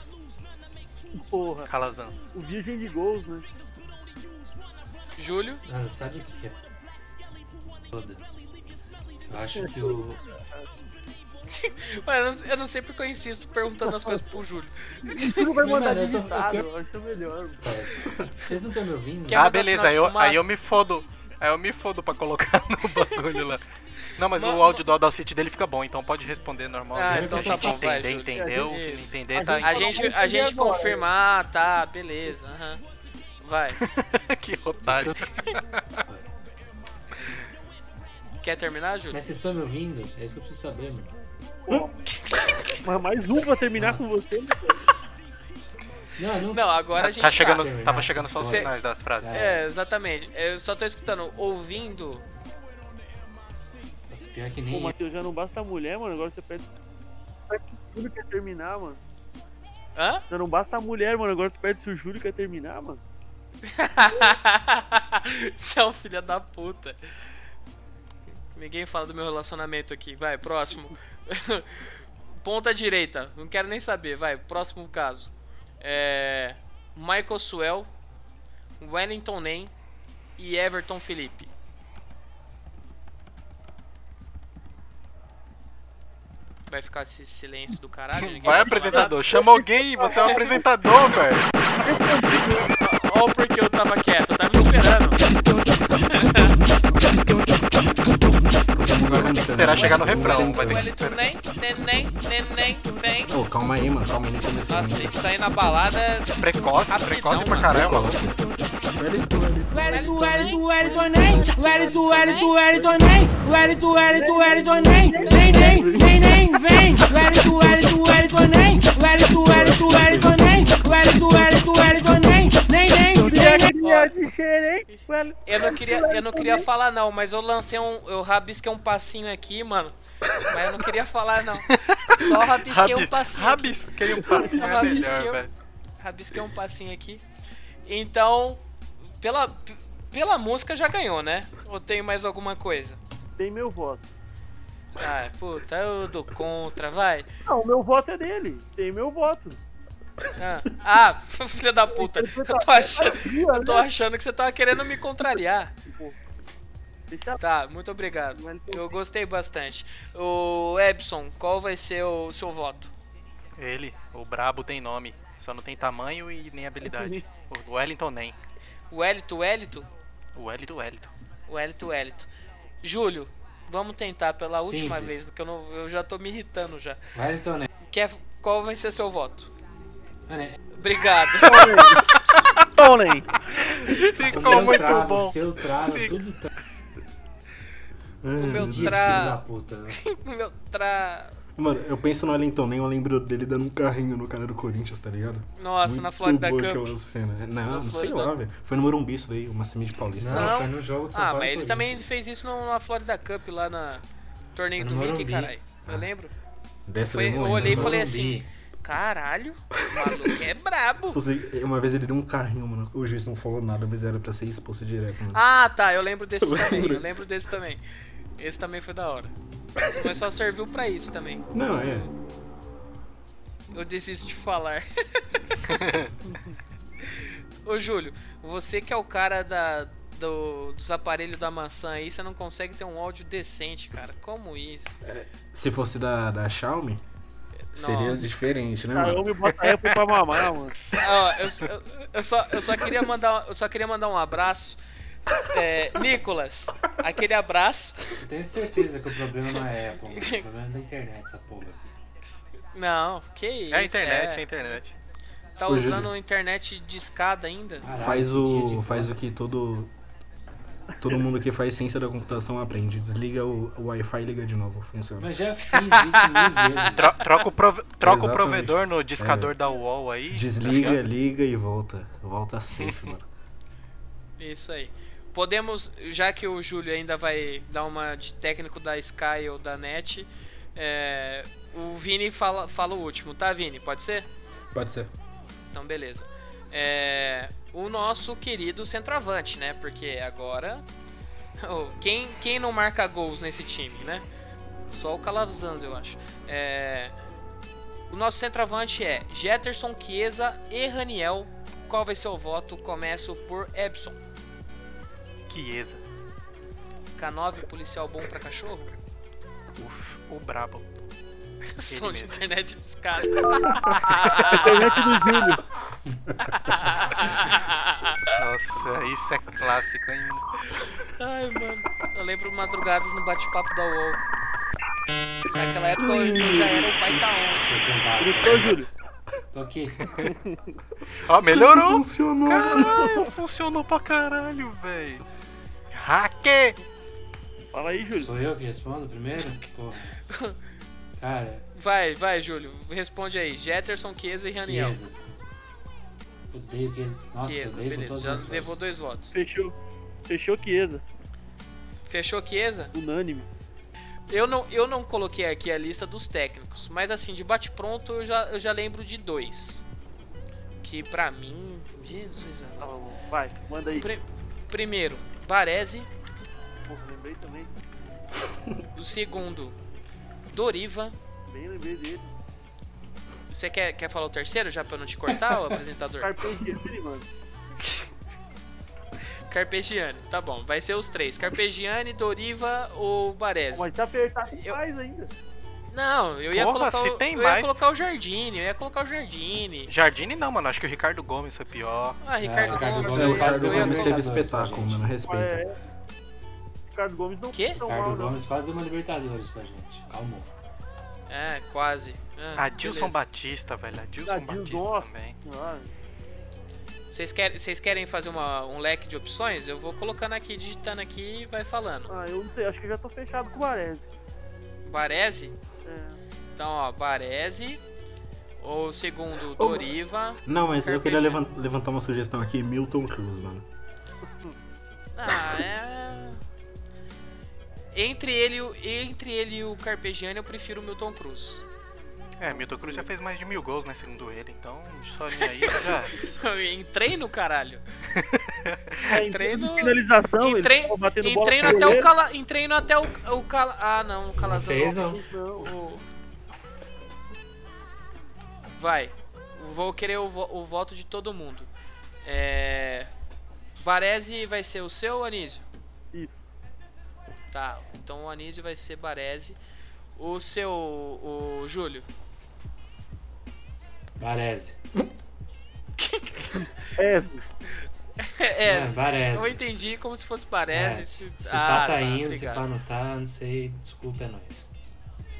Speaker 6: Porra,
Speaker 5: Calazans.
Speaker 6: o Virgem de Gols, né?
Speaker 1: Júlio?
Speaker 4: Mano, sabe o que é? Foda. Eu acho que o.
Speaker 1: Mano, eu não- eu não sei porque eu insisto perguntando as coisas pro Júlio.
Speaker 6: Tu não vai
Speaker 4: Mas,
Speaker 6: mandar
Speaker 4: mano, eu tô- eu
Speaker 6: digitado,
Speaker 4: quero-
Speaker 6: eu acho que é o melhor. mano.
Speaker 4: Vocês não estão me ouvindo?
Speaker 1: Quer-
Speaker 5: Ah,
Speaker 1: mandar sinal
Speaker 5: beleza,
Speaker 1: de
Speaker 5: aí eu,
Speaker 1: fumaça?
Speaker 5: aí eu me fodo. Aí eu me fodo pra colocar no bagulho lá. Não, mas
Speaker 1: Mano-
Speaker 5: o áudio do Audacity dele fica bom, então pode responder normal.
Speaker 1: Ah,
Speaker 5: né?
Speaker 1: então
Speaker 5: a
Speaker 1: tá
Speaker 5: gente
Speaker 1: bom, vai,
Speaker 5: entender, entendeu? O
Speaker 1: Júlio.
Speaker 5: que não
Speaker 1: Isso.
Speaker 5: entender tá
Speaker 1: A gente, a gente confirmar, tá, beleza. aham. Vai.
Speaker 5: que otário.
Speaker 1: Quer terminar, Júlio?
Speaker 4: Mas vocês estão me ouvindo? É isso que eu preciso saber, mano.
Speaker 6: Mas mais um pra terminar com
Speaker 4: Nossa.
Speaker 6: você.
Speaker 4: Não, eu não.
Speaker 1: Não, agora a gente
Speaker 5: Tá chegando,
Speaker 4: terminar,
Speaker 5: tava chegando só os
Speaker 1: você-
Speaker 5: finais das frases.
Speaker 1: É, exatamente. Eu só tô escutando, ouvindo.
Speaker 4: Nossa, pior que
Speaker 6: Pô,
Speaker 4: nem.
Speaker 6: Matheus, já não basta a mulher, mano. Agora você perde. perde se o Júlio quer terminar, mano.
Speaker 1: Hã?
Speaker 6: Já não basta a mulher, mano. Agora você perde se o Júlio quer terminar, mano.
Speaker 1: Você é um filho da puta. Ninguém fala do meu relacionamento aqui. Vai, próximo. Ponta direita. Não quero nem saber. Vai, próximo caso. É. Michael Suell, Wellington Nem e Everton Felipe. Vai ficar esse silêncio do caralho? ninguém
Speaker 5: Vai,
Speaker 1: falar nada?
Speaker 5: apresentador. Chama alguém, você é um apresentador, velho.
Speaker 1: Olha porque eu tava quieto, eu tava esperando.
Speaker 2: Vai
Speaker 5: Esperar
Speaker 2: cantando.
Speaker 5: chegar no refrão. Vai ter que
Speaker 1: Wellington nem, neném, neném, neném.
Speaker 2: Ô, calma aí, mano. Calma aí, não comecei.
Speaker 1: Nossa, isso aí na balada.
Speaker 5: Precoce,
Speaker 1: Rapidão,
Speaker 5: precoce pra
Speaker 1: mano.
Speaker 5: caralho, maluco.
Speaker 6: Criança de cheiro, hein? Well,
Speaker 1: Eu não queria, eu não queria falar não, mas eu lancei um, eu rabisquei um passinho aqui, mano. Mas eu não queria falar não. Só rabisquei um
Speaker 5: Rabi-
Speaker 1: passinho. aqui.
Speaker 5: Rabisquei um passinho é
Speaker 1: Rabisquei
Speaker 5: melhor,
Speaker 1: um-
Speaker 5: velho.
Speaker 1: Rabisquei um passinho aqui. Então, pela p- pela música já ganhou, né? Ou tem mais alguma coisa?
Speaker 6: Tem meu voto.
Speaker 1: Ah, puta, eu dou contra, vai.
Speaker 6: Não, o meu voto é dele. Tem meu voto.
Speaker 1: Ah, ah, filha da puta. Eu tô achando, eu tô achando que você tá tava querendo me contrariar.
Speaker 6: Deixa
Speaker 1: Tá, muito obrigado. Eu gostei bastante. O Ebson, qual vai ser o seu voto?
Speaker 5: Ele, o brabo tem nome. Só não tem tamanho e nem habilidade. O Wellington nem.
Speaker 1: O Elito, o Elito?
Speaker 5: O L do Wellington.
Speaker 1: O Elito, o Elito. Júlio, vamos tentar pela última
Speaker 4: Simples.
Speaker 1: vez, porque eu, não- eu já tô me irritando já.
Speaker 4: Vai, então, né?
Speaker 1: Quer, qual vai ser seu voto?
Speaker 4: Mano, é-
Speaker 1: Obrigado.
Speaker 6: Tolem.
Speaker 4: o
Speaker 5: Ficou
Speaker 4: meu
Speaker 5: muito
Speaker 4: travo,
Speaker 5: bom.
Speaker 4: o seu travo, tudo tá
Speaker 1: o meu
Speaker 4: de filho da
Speaker 1: tra...
Speaker 4: puta. né?
Speaker 1: O meu tra...
Speaker 2: Mano, eu penso no Wellington Nem, eu lembro dele dando um carrinho no cara do Corinthians, tá ligado?
Speaker 1: Nossa,
Speaker 2: Muito
Speaker 1: na Florida
Speaker 2: boa
Speaker 1: Cup.
Speaker 2: aquela cena. É, Não,
Speaker 1: Na
Speaker 2: sei
Speaker 1: Florida-
Speaker 2: lá, velho. Foi no Morumbi isso daí, uma semente paulista.
Speaker 4: Não,
Speaker 1: Não.
Speaker 4: foi no jogo de São
Speaker 1: Ah,
Speaker 4: Paulo
Speaker 1: mas
Speaker 4: e
Speaker 1: ele também
Speaker 4: Corinthians.
Speaker 1: fez isso no- na Florida Cup lá na... Torneio
Speaker 4: No
Speaker 1: do Mickey,
Speaker 4: Morumbi. Ah.
Speaker 1: caralho. Eu lembro.
Speaker 2: Dessa
Speaker 1: Foi-
Speaker 2: daí
Speaker 1: eu
Speaker 2: não lembro,
Speaker 1: olhei e
Speaker 2: mas-
Speaker 1: falei
Speaker 4: Morumbi.
Speaker 1: assim... Caralho, o maluco é brabo.
Speaker 2: Só sei- Uma vez ele deu um carrinho, mano. O juiz não falou nada, mas era pra ser expulso direto, mano.
Speaker 1: Ah, tá, eu lembro desse
Speaker 2: Eu
Speaker 1: também,
Speaker 2: lembro.
Speaker 1: eu lembro desse também. Esse também foi da hora. Mas é só serviu pra isso também.
Speaker 2: Não, é.
Speaker 1: Eu desisto de falar. Ô Júlio, você que é o cara da, do- dos aparelhos da maçã aí, você não consegue ter um áudio decente, cara. Como isso?
Speaker 2: Se fosse da, da Xiaomi, É, seria
Speaker 1: Nossa.
Speaker 2: diferente, né,
Speaker 6: Aí eu
Speaker 2: mano?
Speaker 6: um me boto aí pra mamar, mano.
Speaker 1: Ah, eu, eu- eu só, eu, só queria mandar, eu só queria mandar um abraço. É, Nicolas, aquele abraço.
Speaker 4: Eu tenho certeza que o problema não é Apple, mano. o problema é da internet, essa porra.
Speaker 1: Não, que isso.
Speaker 5: É a internet, é a internet.
Speaker 1: Tá
Speaker 2: Ô, Júlio. Ah.
Speaker 1: usando internet de escada ainda?
Speaker 4: Caralho,
Speaker 2: Faz
Speaker 4: que dia
Speaker 2: o,
Speaker 4: de
Speaker 2: faz o
Speaker 4: bosta.
Speaker 2: que todo, todo mundo que faz ciência da computação aprende. Desliga o, o Wi-Fi e liga de novo, funciona.
Speaker 4: Mas já fiz isso mil vezes.
Speaker 5: Tro- troca o, prove- troca o
Speaker 2: Exatamente.
Speaker 5: provedor no discador
Speaker 2: É.
Speaker 5: da UOL aí.
Speaker 4: tá
Speaker 2: Desliga, liga e volta. Volta safe, mano.
Speaker 1: Isso aí. Podemos, já que o Júlio ainda vai dar uma de técnico da Sky ou da NET, é, o Vini fala, fala o último, tá, Vini? Pode ser?
Speaker 9: Pode ser.
Speaker 1: Então, beleza. É, o nosso querido centroavante, né? Porque agora. Oh, quem, quem não marca gols nesse time, né? Só o Calazans, eu acho. É, o nosso centroavante é Jetterson, Chiesa e Raniel. Qual vai ser o voto? Começo por Epson.
Speaker 5: Chiesa.
Speaker 1: K9, policial bom pra cachorro?
Speaker 5: Uf, o brabo.
Speaker 1: Som de
Speaker 5: mesmo.
Speaker 1: internet escada.
Speaker 6: Internet do Júlio.
Speaker 5: Nossa, isso é clássico, hein?
Speaker 1: Ai, mano. Eu lembro madrugadas no bate-papo da UOL. Naquela época eu já era o pai da onça.
Speaker 4: Achei é pesado.
Speaker 6: Gritou, Júlio.
Speaker 4: Tô aqui.
Speaker 5: Ó, melhorou!
Speaker 2: Funcionou.
Speaker 5: Caralho, funcionou pra caralho, véi. Hacker!
Speaker 6: Fala aí, Júlio.
Speaker 4: Sou eu que respondo primeiro? Porra. Cara,
Speaker 1: Vai, vai, Júlio. Responde aí. Jetterson, Chiesa e Raniel.
Speaker 4: Chiesa. Odeio Chiesa. Nossa,
Speaker 1: Chiesa,
Speaker 4: odeio com
Speaker 1: beleza.
Speaker 4: todas
Speaker 1: Já
Speaker 4: as
Speaker 1: levou
Speaker 4: levou
Speaker 1: dois votos.
Speaker 6: Fechou. Fechou Chiesa.
Speaker 1: Fechou Chiesa?
Speaker 6: Unânime.
Speaker 1: Eu não, eu não coloquei aqui a lista dos técnicos, mas assim, de bate-pronto eu já, eu já lembro de dois. Que pra mim. Jesus amado.
Speaker 6: Ó, Tá Vai, manda aí.
Speaker 1: Pri- primeiro, Baresi.
Speaker 6: Porra, lembrei também.
Speaker 1: O segundo, Doriva.
Speaker 6: Bem lembrei dele.
Speaker 1: Você quer, quer falar o terceiro já pra eu não te cortar, o apresentador?
Speaker 6: Carpegiani, mano.
Speaker 1: Carpegiani, tá bom, vai ser os três: Carpegiani, Doriva ou Baresi.
Speaker 6: Mas tá apertado
Speaker 1: Eu-
Speaker 6: demais ainda.
Speaker 1: Não, eu ia,
Speaker 5: Porra,
Speaker 1: colocar,
Speaker 5: se
Speaker 1: o,
Speaker 5: tem
Speaker 1: eu ia
Speaker 5: mais-
Speaker 1: colocar o Jardine, eu ia colocar o Jardine.
Speaker 5: Jardine não, mano. Acho que o Ricardo Gomes foi pior.
Speaker 1: Ah, Ricardo,
Speaker 4: Ricardo
Speaker 1: Gomes,
Speaker 4: Gomes
Speaker 2: O
Speaker 1: eu ia-
Speaker 2: Ricardo
Speaker 1: eu ia
Speaker 2: Gomes teve
Speaker 1: colocar-
Speaker 4: Libertadores pra
Speaker 2: espetáculo,
Speaker 4: gente.
Speaker 2: mano. Respeita.
Speaker 6: É. Ricardo Gomes não
Speaker 1: Quê?
Speaker 6: foi tão
Speaker 4: Ricardo
Speaker 6: mal,
Speaker 1: né?
Speaker 6: não.
Speaker 4: Gomes é quase deu uma Libertadores pra gente. Calmou.
Speaker 1: É, quase. Ah,
Speaker 5: Adilson
Speaker 1: beleza.
Speaker 5: Batista, velho. Adilson
Speaker 6: Adilson,
Speaker 5: um Batista
Speaker 6: nossa.
Speaker 5: também.
Speaker 6: Ah,
Speaker 1: Vocês querem, vocês querem fazer uma- um leque de opções? Eu vou colocando aqui, digitando aqui e vai falando.
Speaker 6: ah, eu não sei. Acho que eu já tô fechado com o Varese.
Speaker 1: Baresi?
Speaker 6: É.
Speaker 1: Então, ó, Baresi. O segundo, Doriva.
Speaker 2: Não, mas eu
Speaker 1: Carpegiani.
Speaker 2: queria levan- levantar uma sugestão aqui. Milton Cruz, mano.
Speaker 1: Ah, é. Entre ele, e o- entre ele e o Carpegiani, eu prefiro o Milton Cruz.
Speaker 5: É, Milton Cruz já fez mais de mil gols, né? Segundo ele. Então, só linha aí já.
Speaker 1: em treino, caralho.
Speaker 6: É, em
Speaker 1: Treino-
Speaker 6: termos de finalização,
Speaker 1: Em,
Speaker 6: ele
Speaker 1: trein-
Speaker 6: tava batendo
Speaker 1: em
Speaker 6: bola
Speaker 1: treino
Speaker 6: pro
Speaker 1: até o
Speaker 6: goleiro.
Speaker 1: cala, em treino até o, o cala, ah não, o
Speaker 4: Não
Speaker 1: Calazão.
Speaker 4: fez, não.
Speaker 1: O- Vai. Vou querer o, vo- o voto de todo mundo. É... Baresi vai ser o seu, Anísio?
Speaker 6: Isso.
Speaker 1: Tá, então o Anísio vai ser Baresi. O seu, o Júlio?
Speaker 4: Baresi.
Speaker 6: É, filho.
Speaker 1: é,
Speaker 4: É,
Speaker 1: eu
Speaker 4: Baresi.
Speaker 1: entendi como se fosse
Speaker 4: É,
Speaker 1: Baresi.
Speaker 4: se
Speaker 1: se-
Speaker 4: se
Speaker 1: Ah,
Speaker 4: pá tá,
Speaker 1: tá,
Speaker 4: indo, se
Speaker 1: obrigado.
Speaker 4: pá não tá, não sei. Desculpa, é nóis.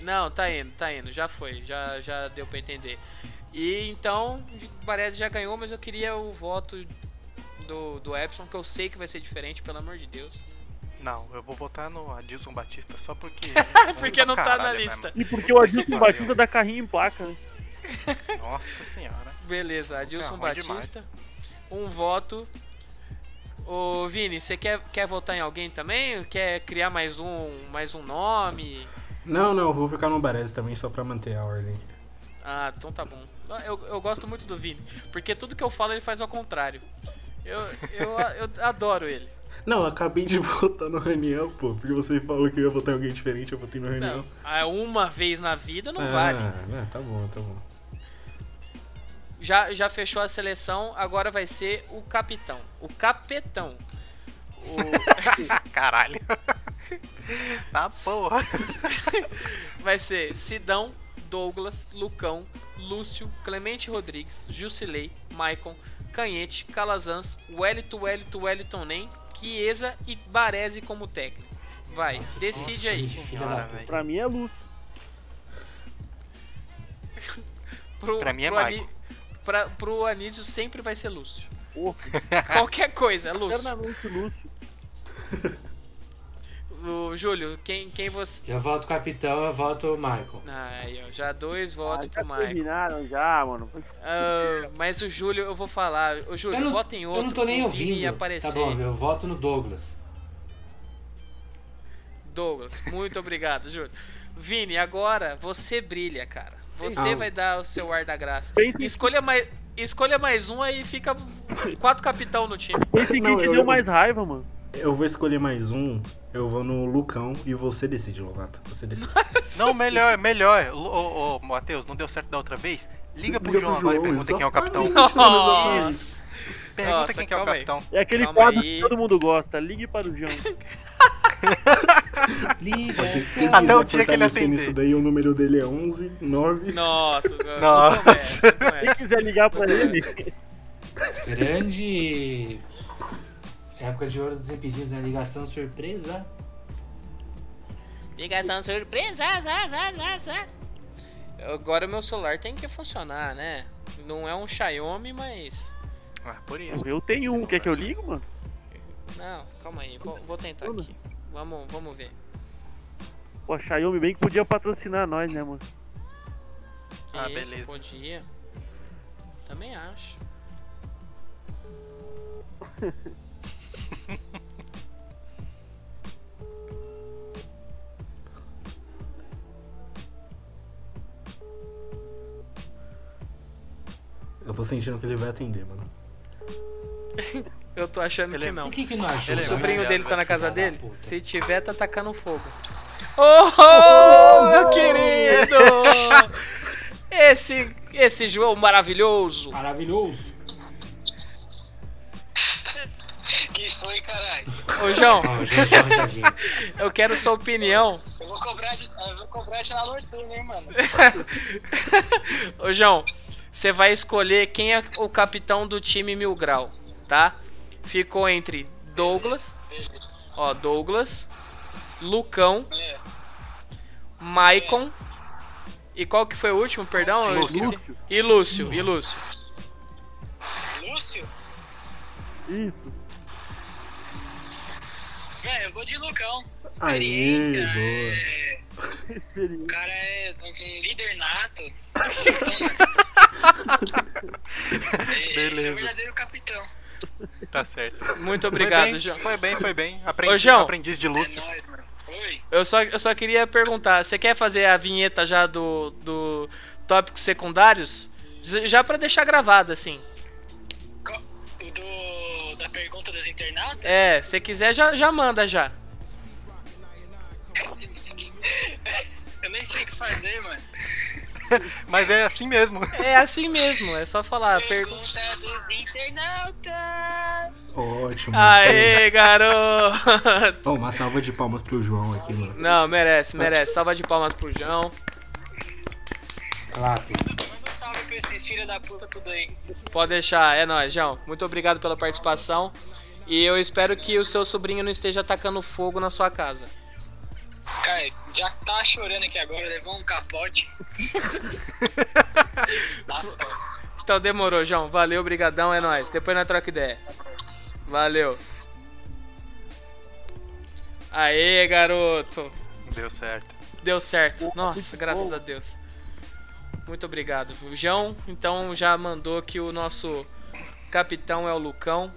Speaker 1: Não, tá indo, tá indo, já foi, já, já deu pra entender. E então, o Baresi já ganhou, mas eu queria o voto do, do Epson, que eu sei que vai ser diferente, pelo amor de Deus.
Speaker 5: Não, eu vou votar no Adilson Batista só porque. é
Speaker 1: Porque não tá na
Speaker 5: Caralho,
Speaker 1: lista.
Speaker 6: E porque o Adilson
Speaker 5: Pariu.
Speaker 6: Batista dá carrinho em placa, né?
Speaker 5: né, mano? Nossa senhora.
Speaker 1: Beleza, Adilson
Speaker 5: Ah, ruim demais.
Speaker 1: Batista, um voto. Ô Vini, você quer, quer votar em alguém também? Quer criar mais um, mais um nome?
Speaker 2: Não, não, eu vou ficar no Baresi também só pra manter a ordem.
Speaker 1: Ah, então tá bom. Eu, eu gosto muito do Vini, porque tudo que eu falo ele faz ao contrário. Eu, eu, eu adoro ele.
Speaker 2: Não, eu acabei de votar no Raniel, pô. Porque você falou que eu ia votar em alguém diferente, eu votei no Raniel.
Speaker 1: Não, ah, uma vez na vida
Speaker 5: É.
Speaker 1: não
Speaker 2: ah,
Speaker 1: vale.
Speaker 2: ah, tá bom, tá bom.
Speaker 1: Já, já fechou a seleção, agora vai ser o capitão. O capetão. O-
Speaker 5: Caralho. tá porra.
Speaker 1: vai ser Sidão, Douglas, Lucão, Lúcio, Clemente Rodrigues, Jusilei, Maicon, Canhete, Calazans, Wellington, Wellington, Wellington Nem, Chiesa e Baresi como técnico. Vai, decide aí.
Speaker 4: gente, filha
Speaker 5: Senhora,
Speaker 4: da puta.
Speaker 5: velho.
Speaker 6: Pra mim é Lúcio.
Speaker 1: Pro,
Speaker 5: pra mim é
Speaker 1: pro
Speaker 5: Maicon.
Speaker 1: pra- pro Anísio sempre vai ser Lúcio.
Speaker 6: Porra,
Speaker 1: Qualquer coisa, é Lúcio.
Speaker 6: eternamente Lúcio.
Speaker 1: O Júlio, quem, quem você.
Speaker 4: Eu voto capitão, eu voto Michael.
Speaker 1: Ah, aí, ó, já dois votos
Speaker 6: Ah, já
Speaker 1: pro Michael.
Speaker 6: terminaram já, mano.
Speaker 1: Ah, mas o Júlio, eu vou falar. O Júlio,
Speaker 4: eu, não,
Speaker 1: vota em outro.
Speaker 4: eu não tô nem
Speaker 1: pro Vini
Speaker 4: ouvindo.
Speaker 1: aparecer.
Speaker 4: Tá bom, eu voto no Douglas.
Speaker 1: Douglas, muito obrigado, Júlio. Vini, agora você brilha, cara. Você
Speaker 2: Ah.
Speaker 1: vai dar o seu ar da graça.
Speaker 6: Bem sentido.
Speaker 1: Escolha mais, escolha mais um aí fica quatro capitão no time.
Speaker 6: Esse
Speaker 2: Não,
Speaker 6: kit
Speaker 2: eu-
Speaker 6: deu mais raiva, mano.
Speaker 2: Eu vou escolher mais um, eu vou no Lucão e você decide, Lovato. Você decide.
Speaker 5: Não, melhor, melhor. Lu- Ô, ô, Matheus, não deu certo da outra vez? Liga pro João agora e pergunta quem é o capitão.
Speaker 2: exatamente, mano, exatamente.
Speaker 1: Nossa.
Speaker 5: Pergunta
Speaker 1: Nossa,
Speaker 5: quem que é o
Speaker 1: calma aí.
Speaker 5: capitão.
Speaker 6: É aquele
Speaker 1: Calma
Speaker 6: quadro
Speaker 1: aí.
Speaker 6: que todo mundo gosta. Ligue para o João.
Speaker 4: Liga
Speaker 2: Quem
Speaker 4: essa.
Speaker 5: Até
Speaker 2: quiser
Speaker 5: o dia que ele
Speaker 2: fortalecer
Speaker 5: atender.
Speaker 2: nisso daí, o número dele é 11, 9.
Speaker 1: Nossa, não
Speaker 5: Nossa.
Speaker 1: começa, não é.
Speaker 6: Quem
Speaker 1: começa.
Speaker 6: quiser ligar pra ele.
Speaker 4: Grande época de ouro dos impedidos, né? Ligação surpresa.
Speaker 1: Ligação surpresa. zá, zá, zá, zá. Agora meu celular tem que funcionar, né? Não é um Xiaomi, mas.
Speaker 5: Ah, por isso.
Speaker 6: Eu tenho um. Quer que eu ligo, mano?
Speaker 1: Não, calma aí, vou, vou tentar aqui. Vamos, vamos ver.
Speaker 6: Pô, a Xiaomi bem que podia patrocinar nós, né, mano?
Speaker 5: Ah,
Speaker 1: Isso,
Speaker 5: beleza.
Speaker 1: Podia. Também acho.
Speaker 2: Eu tô sentindo que ele vai atender, mano.
Speaker 1: Eu tô achando
Speaker 5: Ele
Speaker 1: que
Speaker 5: é-
Speaker 1: não.
Speaker 4: Por que né? que não achou?
Speaker 5: Ele
Speaker 1: O
Speaker 5: é muito
Speaker 4: Só
Speaker 1: sobrinho
Speaker 5: Obrigado,
Speaker 1: dele tá na
Speaker 5: velho.
Speaker 1: casa
Speaker 4: Filha da
Speaker 1: dele?
Speaker 4: puta.
Speaker 1: Se tiver, tá tacando fogo. Oh, meu querido! Esse, esse João maravilhoso!
Speaker 4: Maravilhoso.
Speaker 9: Que estou aí, caralho.
Speaker 1: Ô, João,
Speaker 4: Ó, gente, dá uma risadinha.
Speaker 1: eu quero sua opinião.
Speaker 9: Eu vou cobrar de, eu vou cobrar de na Lortuna, hein, mano.
Speaker 1: Ô, João, você vai escolher quem é o capitão do time Mil Grau, tá? Ficou entre Douglas,
Speaker 9: Beleza.
Speaker 1: ó, Douglas, Lucão,
Speaker 9: É.
Speaker 1: Maicon. E qual que foi o último, perdão? Eu esqueci. E Lúcio, e Lúcio.
Speaker 9: Lúcio?
Speaker 6: Isso.
Speaker 9: Velho, eu vou de Lucão.
Speaker 2: Aê,
Speaker 9: Experiência.
Speaker 2: boa.
Speaker 9: é- O cara é um líder nato. Então, é, esse é
Speaker 5: Beleza.
Speaker 9: o verdadeiro capitão.
Speaker 5: Tá certo.
Speaker 1: Muito
Speaker 5: foi
Speaker 1: obrigado,
Speaker 5: bem,
Speaker 1: João.
Speaker 5: Foi bem, foi bem. Aprendi,
Speaker 1: Ô, João.
Speaker 5: Aprendiz de
Speaker 9: É
Speaker 5: Lúcio.
Speaker 9: nóis, mano. Oi?
Speaker 1: Eu só, eu só queria perguntar, você quer fazer a vinheta já do, do tópicos secundários? Z- Já pra deixar gravado, assim.
Speaker 9: Qual- O do, da pergunta dos internatas?
Speaker 1: É, se quiser, já, já manda já.
Speaker 9: Eu nem sei o que fazer, mano.
Speaker 5: Mas é assim mesmo.
Speaker 1: É assim mesmo, é só falar. Pergunta.
Speaker 9: Pergunta dos internautas.
Speaker 2: Ótimo.
Speaker 1: Aê, garoto!
Speaker 2: Ó, uma salva de palmas pro João aqui, mano.
Speaker 1: Não, merece, merece. Salva de palmas pro João.
Speaker 4: Clap.
Speaker 9: Manda um salve pra esses filhos da puta tudo aí.
Speaker 1: Pode deixar, é nóis, João. Muito obrigado pela participação. E eu espero que o seu sobrinho não esteja atacando fogo na sua casa.
Speaker 9: Cara, já que tá chorando aqui agora, levou um capote. Tá bom.
Speaker 1: Então demorou, João. Valeu, obrigadão, é nóis. Depois nós troca ideia. Valeu. Aê, garoto.
Speaker 5: Deu certo.
Speaker 1: Deu certo. Nossa, graças a Deus. Muito obrigado. O João, então, já mandou que o nosso capitão é o Lucão.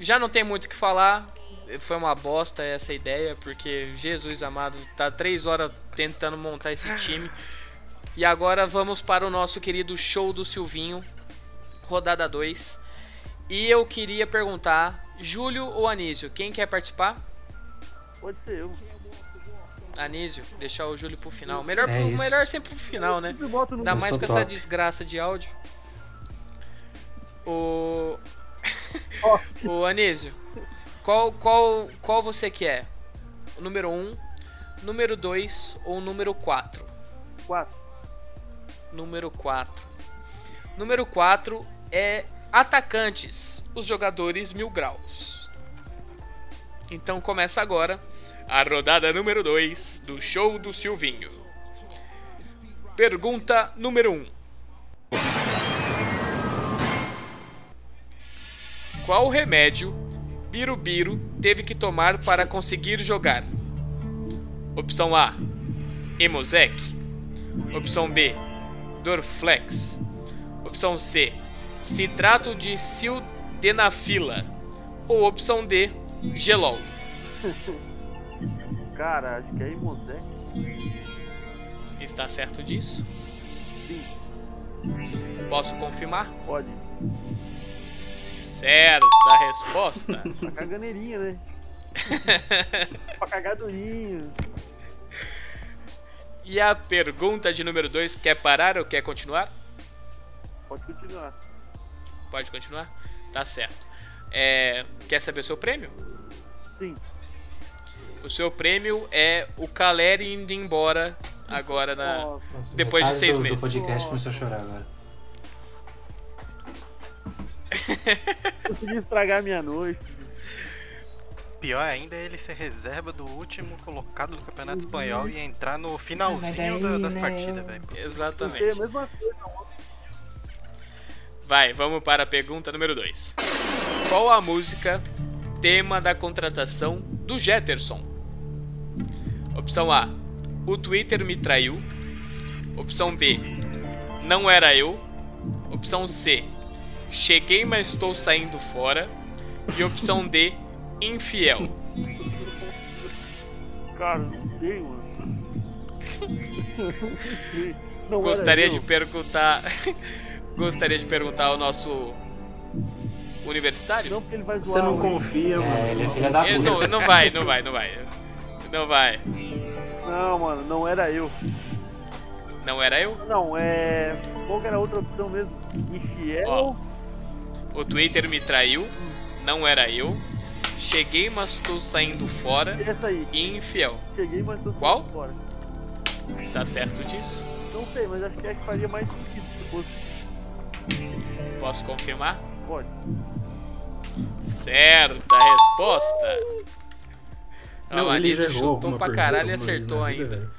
Speaker 1: Já não tem muito o que falar. Foi uma bosta essa ideia, porque Jesus amado tá três horas tentando montar esse time. E agora vamos para o nosso querido show do Silvinho, rodada 2. E eu queria perguntar, Júlio ou Anísio, quem quer participar?
Speaker 6: Pode ser eu.
Speaker 1: Anísio, deixar o Júlio pro final. Melhor,
Speaker 4: É
Speaker 1: pro-
Speaker 4: isso.
Speaker 1: melhor sempre pro final, né?
Speaker 6: Sempre boto no
Speaker 1: Ainda
Speaker 4: Eu
Speaker 1: mais
Speaker 4: sou
Speaker 1: com essa
Speaker 4: top.
Speaker 1: desgraça de áudio. O. o Anísio, qual, qual, qual você quer? O número 1, um, número 2 ou o número 4?
Speaker 6: quatro.
Speaker 1: Número 4. Número 4 é atacantes, os jogadores mil graus. Então começa agora a rodada número 2 do show do Silvinho. Pergunta número 1. Um. Qual remédio Birubiru teve que tomar para conseguir jogar? Opção A: Emosec. Opção B: Dorflex. Opção C: Citrato de sildenafila. Ou opção D: Gelol.
Speaker 6: Cara, acho que é Imosec.
Speaker 1: Está certo disso? Posso confirmar?
Speaker 6: Pode.
Speaker 1: Certa resposta.
Speaker 6: Pra caganeirinha, né? pra cagadurinho.
Speaker 1: E a pergunta de número 2, quer parar ou quer continuar?
Speaker 6: Pode continuar.
Speaker 1: Pode continuar? Tá certo. É, quer saber o seu prêmio?
Speaker 6: Sim.
Speaker 1: O seu prêmio é o Caleri indo embora agora na.
Speaker 4: Nossa,
Speaker 1: depois de
Speaker 4: metade
Speaker 1: seis
Speaker 4: do,
Speaker 1: meses.
Speaker 4: do podcast começou a chorar agora.
Speaker 6: Consegui estragar minha noite.
Speaker 5: Pior ainda é ele ser reserva do último colocado do Campeonato Espanhol e entrar no finalzinho da- das partidas, velho.
Speaker 6: Porque é a
Speaker 1: Exatamente.
Speaker 6: mesma coisa.
Speaker 1: Vai, vamos para a pergunta número 2. Qual a música tema da contratação do Jetterson? Opção A: O Twitter me traiu. Opção B: Não era eu. Opção C: Cheguei, mas estou saindo fora. E opção D: Infiel.
Speaker 6: Cara, não sei, mano. Não era
Speaker 1: Gostaria de
Speaker 6: eu.
Speaker 1: perguntar. Gostaria de perguntar ao nosso universitário?
Speaker 6: Não, porque ele vai
Speaker 2: Você
Speaker 6: zoar.
Speaker 2: não
Speaker 6: hoje.
Speaker 2: confia, mano.
Speaker 4: É,
Speaker 2: você
Speaker 4: ele é
Speaker 2: não
Speaker 4: filha da
Speaker 1: É,
Speaker 4: puta.
Speaker 1: não, não vai, não vai, não vai. Não vai.
Speaker 6: Não, mano, não era eu.
Speaker 1: Não era eu?
Speaker 6: Não, é. Qual que era a outra opção mesmo? Infiel?
Speaker 1: Ó. O Twitter me traiu. Não era eu. Cheguei, mas tô saindo fora.
Speaker 6: Essa aí.
Speaker 1: E infiel.
Speaker 6: Cheguei, mas tô
Speaker 1: Qual?
Speaker 6: fora.
Speaker 1: Está certo disso?
Speaker 6: Não sei, mas acho que é que faria mais sentido se fosse.
Speaker 1: Posso confirmar?
Speaker 6: Pode.
Speaker 1: Certa resposta. A
Speaker 2: Não, ele já
Speaker 1: Marisa
Speaker 2: errou
Speaker 1: chutou
Speaker 2: alguma
Speaker 1: pra
Speaker 2: pergunta
Speaker 1: caralho e
Speaker 2: alguma né? vez
Speaker 1: acertou
Speaker 2: na vida,
Speaker 1: ainda.
Speaker 2: velho?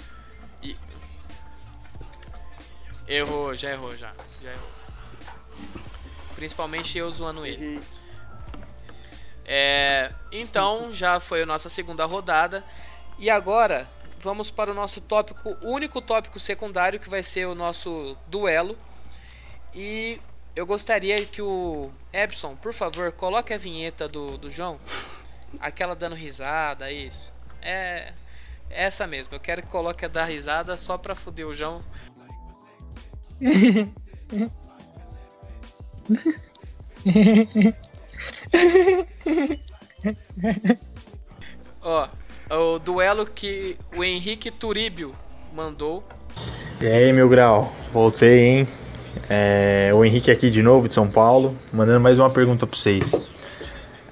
Speaker 1: Errou, já errou, já. Já errou. Principalmente eu zoando ele.
Speaker 6: Errei.
Speaker 1: É, então, já foi a nossa segunda rodada. E agora, vamos para o nosso tópico, o único tópico secundário, que vai ser o nosso duelo. E eu gostaria que o Epson, por favor, coloque a vinheta do, do João. Aquela dando risada, isso. É é essa mesmo. Eu quero que coloque a dar risada só pra foder o João. Ó, o duelo que o Henrique Turíbio mandou.
Speaker 10: E aí, meu grau? Voltei, hein? É, o Henrique aqui de novo, de São Paulo, mandando mais uma pergunta para vocês.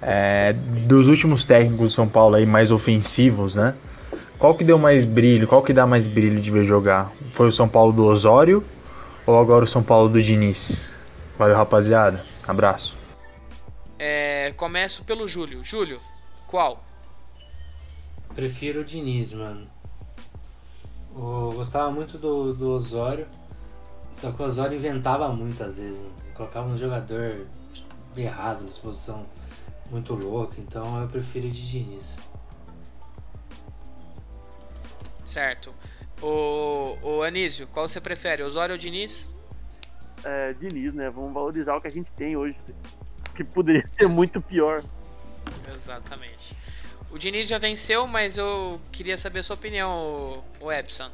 Speaker 10: É, dos últimos técnicos de São Paulo aí mais ofensivos, né? Qual que deu mais brilho? Qual que dá mais brilho de ver jogar? Foi o São Paulo do Osório ou agora o São Paulo do Diniz? Valeu, rapaziada. Abraço.
Speaker 1: É, começo pelo Júlio. Júlio, qual?
Speaker 4: Prefiro o Diniz, mano. Eu gostava muito do, do Osório, só que o Osório inventava muito às vezes, mano. Ele colocava um jogador tipo, errado, uma disposição muito louca, então eu prefiro o de Diniz.
Speaker 1: Certo. O, o Anísio, qual você prefere? Osório ou Diniz?
Speaker 6: É, Diniz, né? Vamos valorizar o que a gente tem hoje. Que poderia ser muito pior.
Speaker 1: Exatamente. O Diniz já venceu, mas eu queria saber a sua opinião, o, o Epson.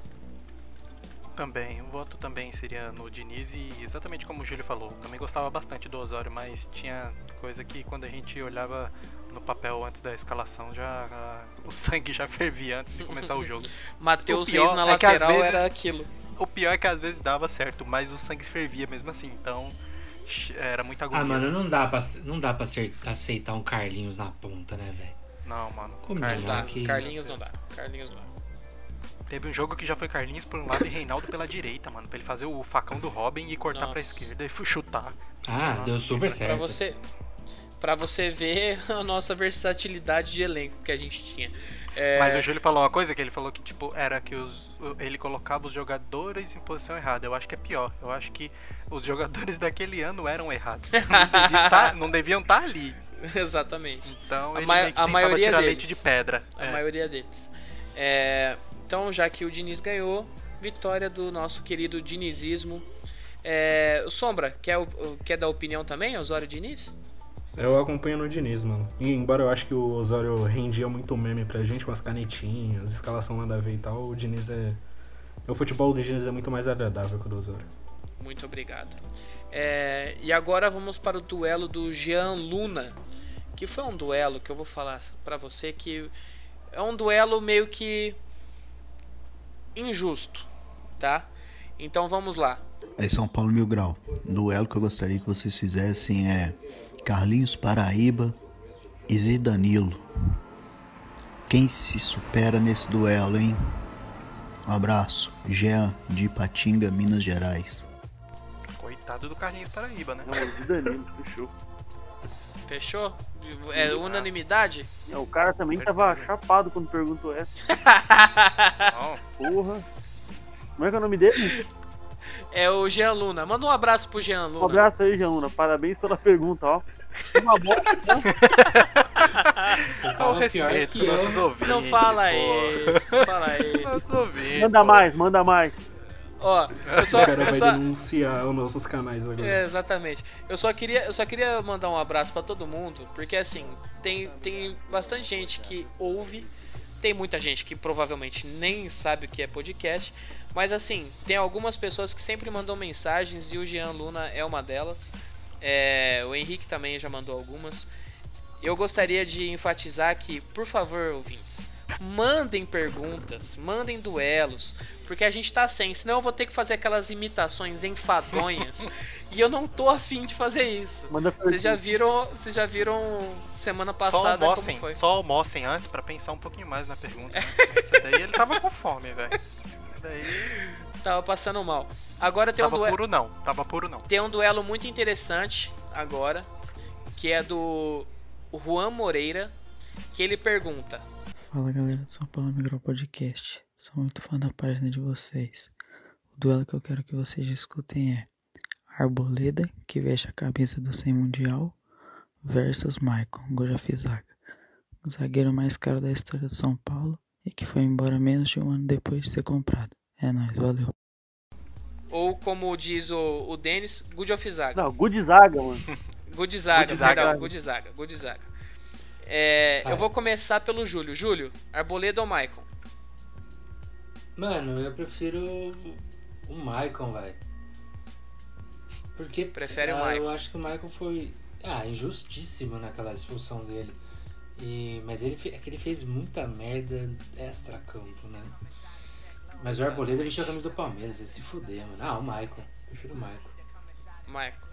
Speaker 5: Também, o voto também seria no Diniz e exatamente como o Júlio falou, também gostava bastante do Osório, mas tinha coisa que quando a gente olhava no papel antes da escalação, já ah, o sangue já fervia antes de começar o jogo.
Speaker 1: Matheus
Speaker 5: O pior
Speaker 1: Reis na
Speaker 5: é que às
Speaker 1: lateral
Speaker 5: vezes-
Speaker 1: era aquilo.
Speaker 5: O pior é que às vezes dava certo, mas o sangue fervia mesmo assim, então ch- era muita agonia.
Speaker 4: Ah, mano, não dá pra, não dá pra acer- aceitar um Carlinhos na ponta, né, velho?
Speaker 5: Não, mano.
Speaker 4: Como
Speaker 1: Não dá.
Speaker 4: que-
Speaker 1: Carlinhos não dá. Carlinhos não dá.
Speaker 5: Teve um jogo que já foi Carlinhos por um lado e Reinaldo pela direita, mano, pra ele fazer o facão do Robin e cortar pra
Speaker 1: Nossa.
Speaker 5: esquerda e fu- chutar.
Speaker 4: Ah, deu super
Speaker 1: Pra
Speaker 4: certo.
Speaker 1: você, pra você ver a nossa versatilidade de elenco que a gente tinha. É,
Speaker 5: Mas o Júlio falou uma coisa que ele falou que, tipo, era que os, ele colocava os jogadores em posição errada. Eu acho que é pior. Eu acho que os jogadores daquele ano eram errados. Não deviam tá- não deviam estar ali.
Speaker 1: Exatamente.
Speaker 5: Então
Speaker 1: a,
Speaker 5: ele
Speaker 1: ma-
Speaker 5: meio que
Speaker 1: a
Speaker 5: tentava
Speaker 1: maioria
Speaker 5: tirar
Speaker 1: deles.
Speaker 5: leite de pedra.
Speaker 1: A
Speaker 5: É.
Speaker 1: maioria deles. É, então, já que o Diniz ganhou, vitória do nosso querido dinizismo. É, o Sombra, quer, o- quer dar opinião também, Osório Diniz?
Speaker 2: Eu acompanho no Diniz, mano. E embora eu acho que o Osório rendia muito meme pra gente com as canetinhas, escalação nada a ver e tal, o Diniz é. O futebol do Diniz é muito mais agradável que o do Osório.
Speaker 1: Muito obrigado. É, e agora vamos para o duelo do Jean Luna, que foi um duelo que eu vou falar pra você que é um duelo meio que injusto, tá? Então vamos lá.
Speaker 11: É São Paulo Mil Grau. Duelo que eu gostaria que vocês fizessem é Carlinhos Paraíba e Zidanilo. Quem se supera nesse duelo, hein? Um abraço. Jean de Ipatinga, Minas Gerais.
Speaker 5: Coitado do Carlinhos Paraíba, né?
Speaker 6: é fechou.
Speaker 1: Fechou? É unanimidade?
Speaker 6: Não, o cara também tava chapado quando perguntou essa. Porra. Como é que é o nome dele?
Speaker 1: É o Jean Luna. Manda um abraço pro Jean
Speaker 6: Um
Speaker 1: Luna.
Speaker 6: abraço aí, Januna. Parabéns pela pergunta, ó. Uma boa.
Speaker 1: Você
Speaker 6: tava Olha o pior respeito que com eu. nossos ouvintes,
Speaker 1: Não fala
Speaker 6: pô.
Speaker 1: isso, não fala isso.
Speaker 6: Manda mais, manda mais.
Speaker 1: Ó, eu só,
Speaker 2: o cara
Speaker 1: eu
Speaker 2: vai um
Speaker 1: só,
Speaker 2: denunciar os nossos canais agora.
Speaker 1: É, exatamente. Eu só queria, eu só queria mandar um abraço pra todo mundo, porque assim, tem, tem bastante gente que ouve, tem muita gente que provavelmente nem sabe o que é podcast, mas assim, tem algumas pessoas que sempre mandam mensagens e o Jean Luna é uma delas. É, o Henrique também já mandou algumas. Eu gostaria de enfatizar que, por favor, ouvintes, mandem perguntas, mandem duelos, porque a gente tá sem, senão eu vou ter que fazer aquelas imitações enfadonhas e eu não tô afim de fazer isso.
Speaker 6: Manda
Speaker 1: Vocês já viram, vocês já viram semana
Speaker 5: Só
Speaker 1: passada como
Speaker 5: almocem,
Speaker 1: foi?
Speaker 5: só almocem antes pra pensar um pouquinho mais na pergunta. Né? Essa daí ele tava com fome, velho. Essa daí
Speaker 1: Tava passando mal. Agora
Speaker 5: um
Speaker 1: tem
Speaker 5: tava
Speaker 1: um duelo.
Speaker 5: puro não, tava puro não.
Speaker 1: Tem um duelo muito interessante agora, que é do Juan Moreira, que ele pergunta:
Speaker 12: Fala galera do São Paulo Migral Podcast, sou muito fã da página de vocês. O duelo que eu quero que vocês discutem é Arboleda, que veste a camisa do 100 Mundial, versus Maicon Gojafizaga, o zagueiro mais caro da história do São Paulo e que foi embora menos de um ano depois de ser comprado. É nóis, valeu.
Speaker 1: Ou como diz o, o Denis, Good of Zaga.
Speaker 6: Não, good zaga, mano.
Speaker 1: Good Zaga,
Speaker 6: Good Zaga.
Speaker 1: perdão, Good Zaga, Good Zaga. É, eu vou começar pelo Júlio. Júlio, Arboleda ou Maicon?
Speaker 4: Mano, eu prefiro o Maicon, velho. Porque
Speaker 1: Prefere o
Speaker 4: ah,
Speaker 1: Maicon.
Speaker 4: eu acho que o Maicon foi ah, injustíssimo naquela expulsão dele. E, mas ele, fe- é que ele fez muita merda extra-campo, né? Mas o Arboleda vestiu a camisa do Palmeiras, ele se fuder, mano. Ah, o Maicon. Prefiro o Maicon.
Speaker 1: Maicon.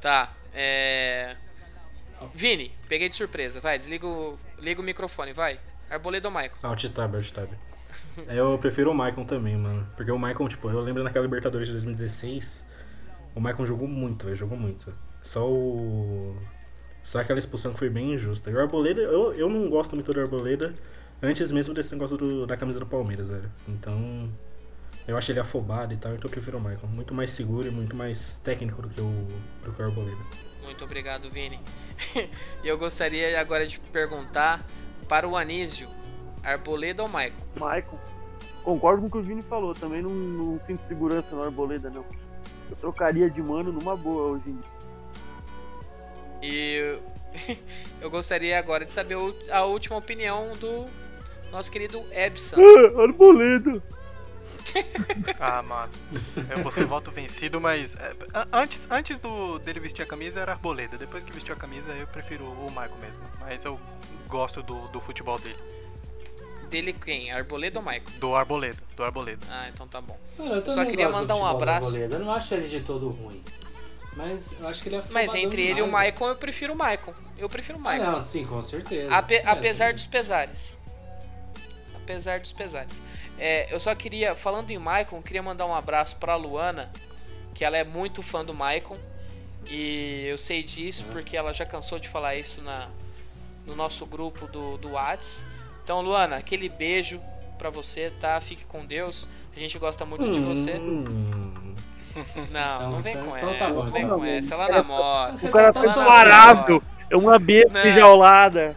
Speaker 1: Tá, é. Vini, peguei de surpresa. Vai, desliga o, liga o microfone, vai. Arboleda ou Maicon?
Speaker 2: Alt tab, alt tab. É, Eu prefiro o Maicon também, mano. Porque o Maicon, tipo, eu lembro naquela Libertadores de 2016, o Maicon jogou muito, ele jogou muito. Só o. Só aquela expulsão que foi bem injusta. E o Arboleda, eu, eu não gosto muito do Arboleda antes mesmo desse negócio do- da camisa do Palmeiras, velho. Então. Eu acho ele afobado e tal, então eu prefiro o Maicon. Muito mais seguro e muito mais técnico do que o, do que o Arboleda.
Speaker 1: Muito obrigado, Vini. E eu gostaria agora de perguntar para o Anísio: Arboleda ou Maicon?
Speaker 6: Maicon. Concordo com o que o Vini falou, também não, não sinto segurança na arboleda, não. Eu trocaria de mano numa boa hoje em dia.
Speaker 1: E eu- eu gostaria agora de saber o- a última opinião do nosso querido Ebson.
Speaker 6: Arboleda!
Speaker 5: Ah, mano. Eu vou ser voto vencido, mas. é, a- antes, antes do, dele vestir a camisa era arboleda. Depois que vestiu a camisa, eu prefiro o Michael mesmo. Mas eu gosto do, do futebol dele.
Speaker 1: Dele quem? Arboleda ou Maicon?
Speaker 5: Do arboleda. Do arboleda.
Speaker 1: Ah, então tá bom.
Speaker 4: Mano, eu
Speaker 1: Só
Speaker 4: também
Speaker 1: queria
Speaker 4: gosto do
Speaker 1: mandar um
Speaker 4: futebol do
Speaker 1: abraço.
Speaker 4: Arboleda. Eu não acho ele de todo ruim. Mas eu acho que ele é
Speaker 1: Mas
Speaker 4: afobador
Speaker 1: entre ele e o
Speaker 4: demais,
Speaker 1: Maicon, eu prefiro o Maicon. Eu prefiro o
Speaker 4: Ah,
Speaker 1: Maicon.
Speaker 4: não, sim, com certeza.
Speaker 1: Ape-
Speaker 4: É,
Speaker 1: apesar dos pesares. Apesar dos pesares. É, eu só queria, falando em Maicon, eu queria mandar um abraço pra Luana, que ela é muito fã do Maicon. E eu sei disso
Speaker 4: Uhum.
Speaker 1: porque ela já cansou de falar isso na, no nosso grupo do, do Whats. Então, Luana, aquele beijo pra você, tá? Fique com Deus. A gente gosta muito
Speaker 4: Hum,
Speaker 1: de você.
Speaker 2: Hum,
Speaker 1: Não, não vem com
Speaker 4: então
Speaker 1: essa,
Speaker 4: tá bom,
Speaker 1: não vem
Speaker 4: então
Speaker 1: com
Speaker 4: tá bom.
Speaker 1: essa. Ela namora.
Speaker 6: tá
Speaker 4: O cara
Speaker 1: Ela
Speaker 4: fez um
Speaker 1: namora.
Speaker 4: arábio.
Speaker 6: É uma besta
Speaker 1: Não.
Speaker 6: enjaulada.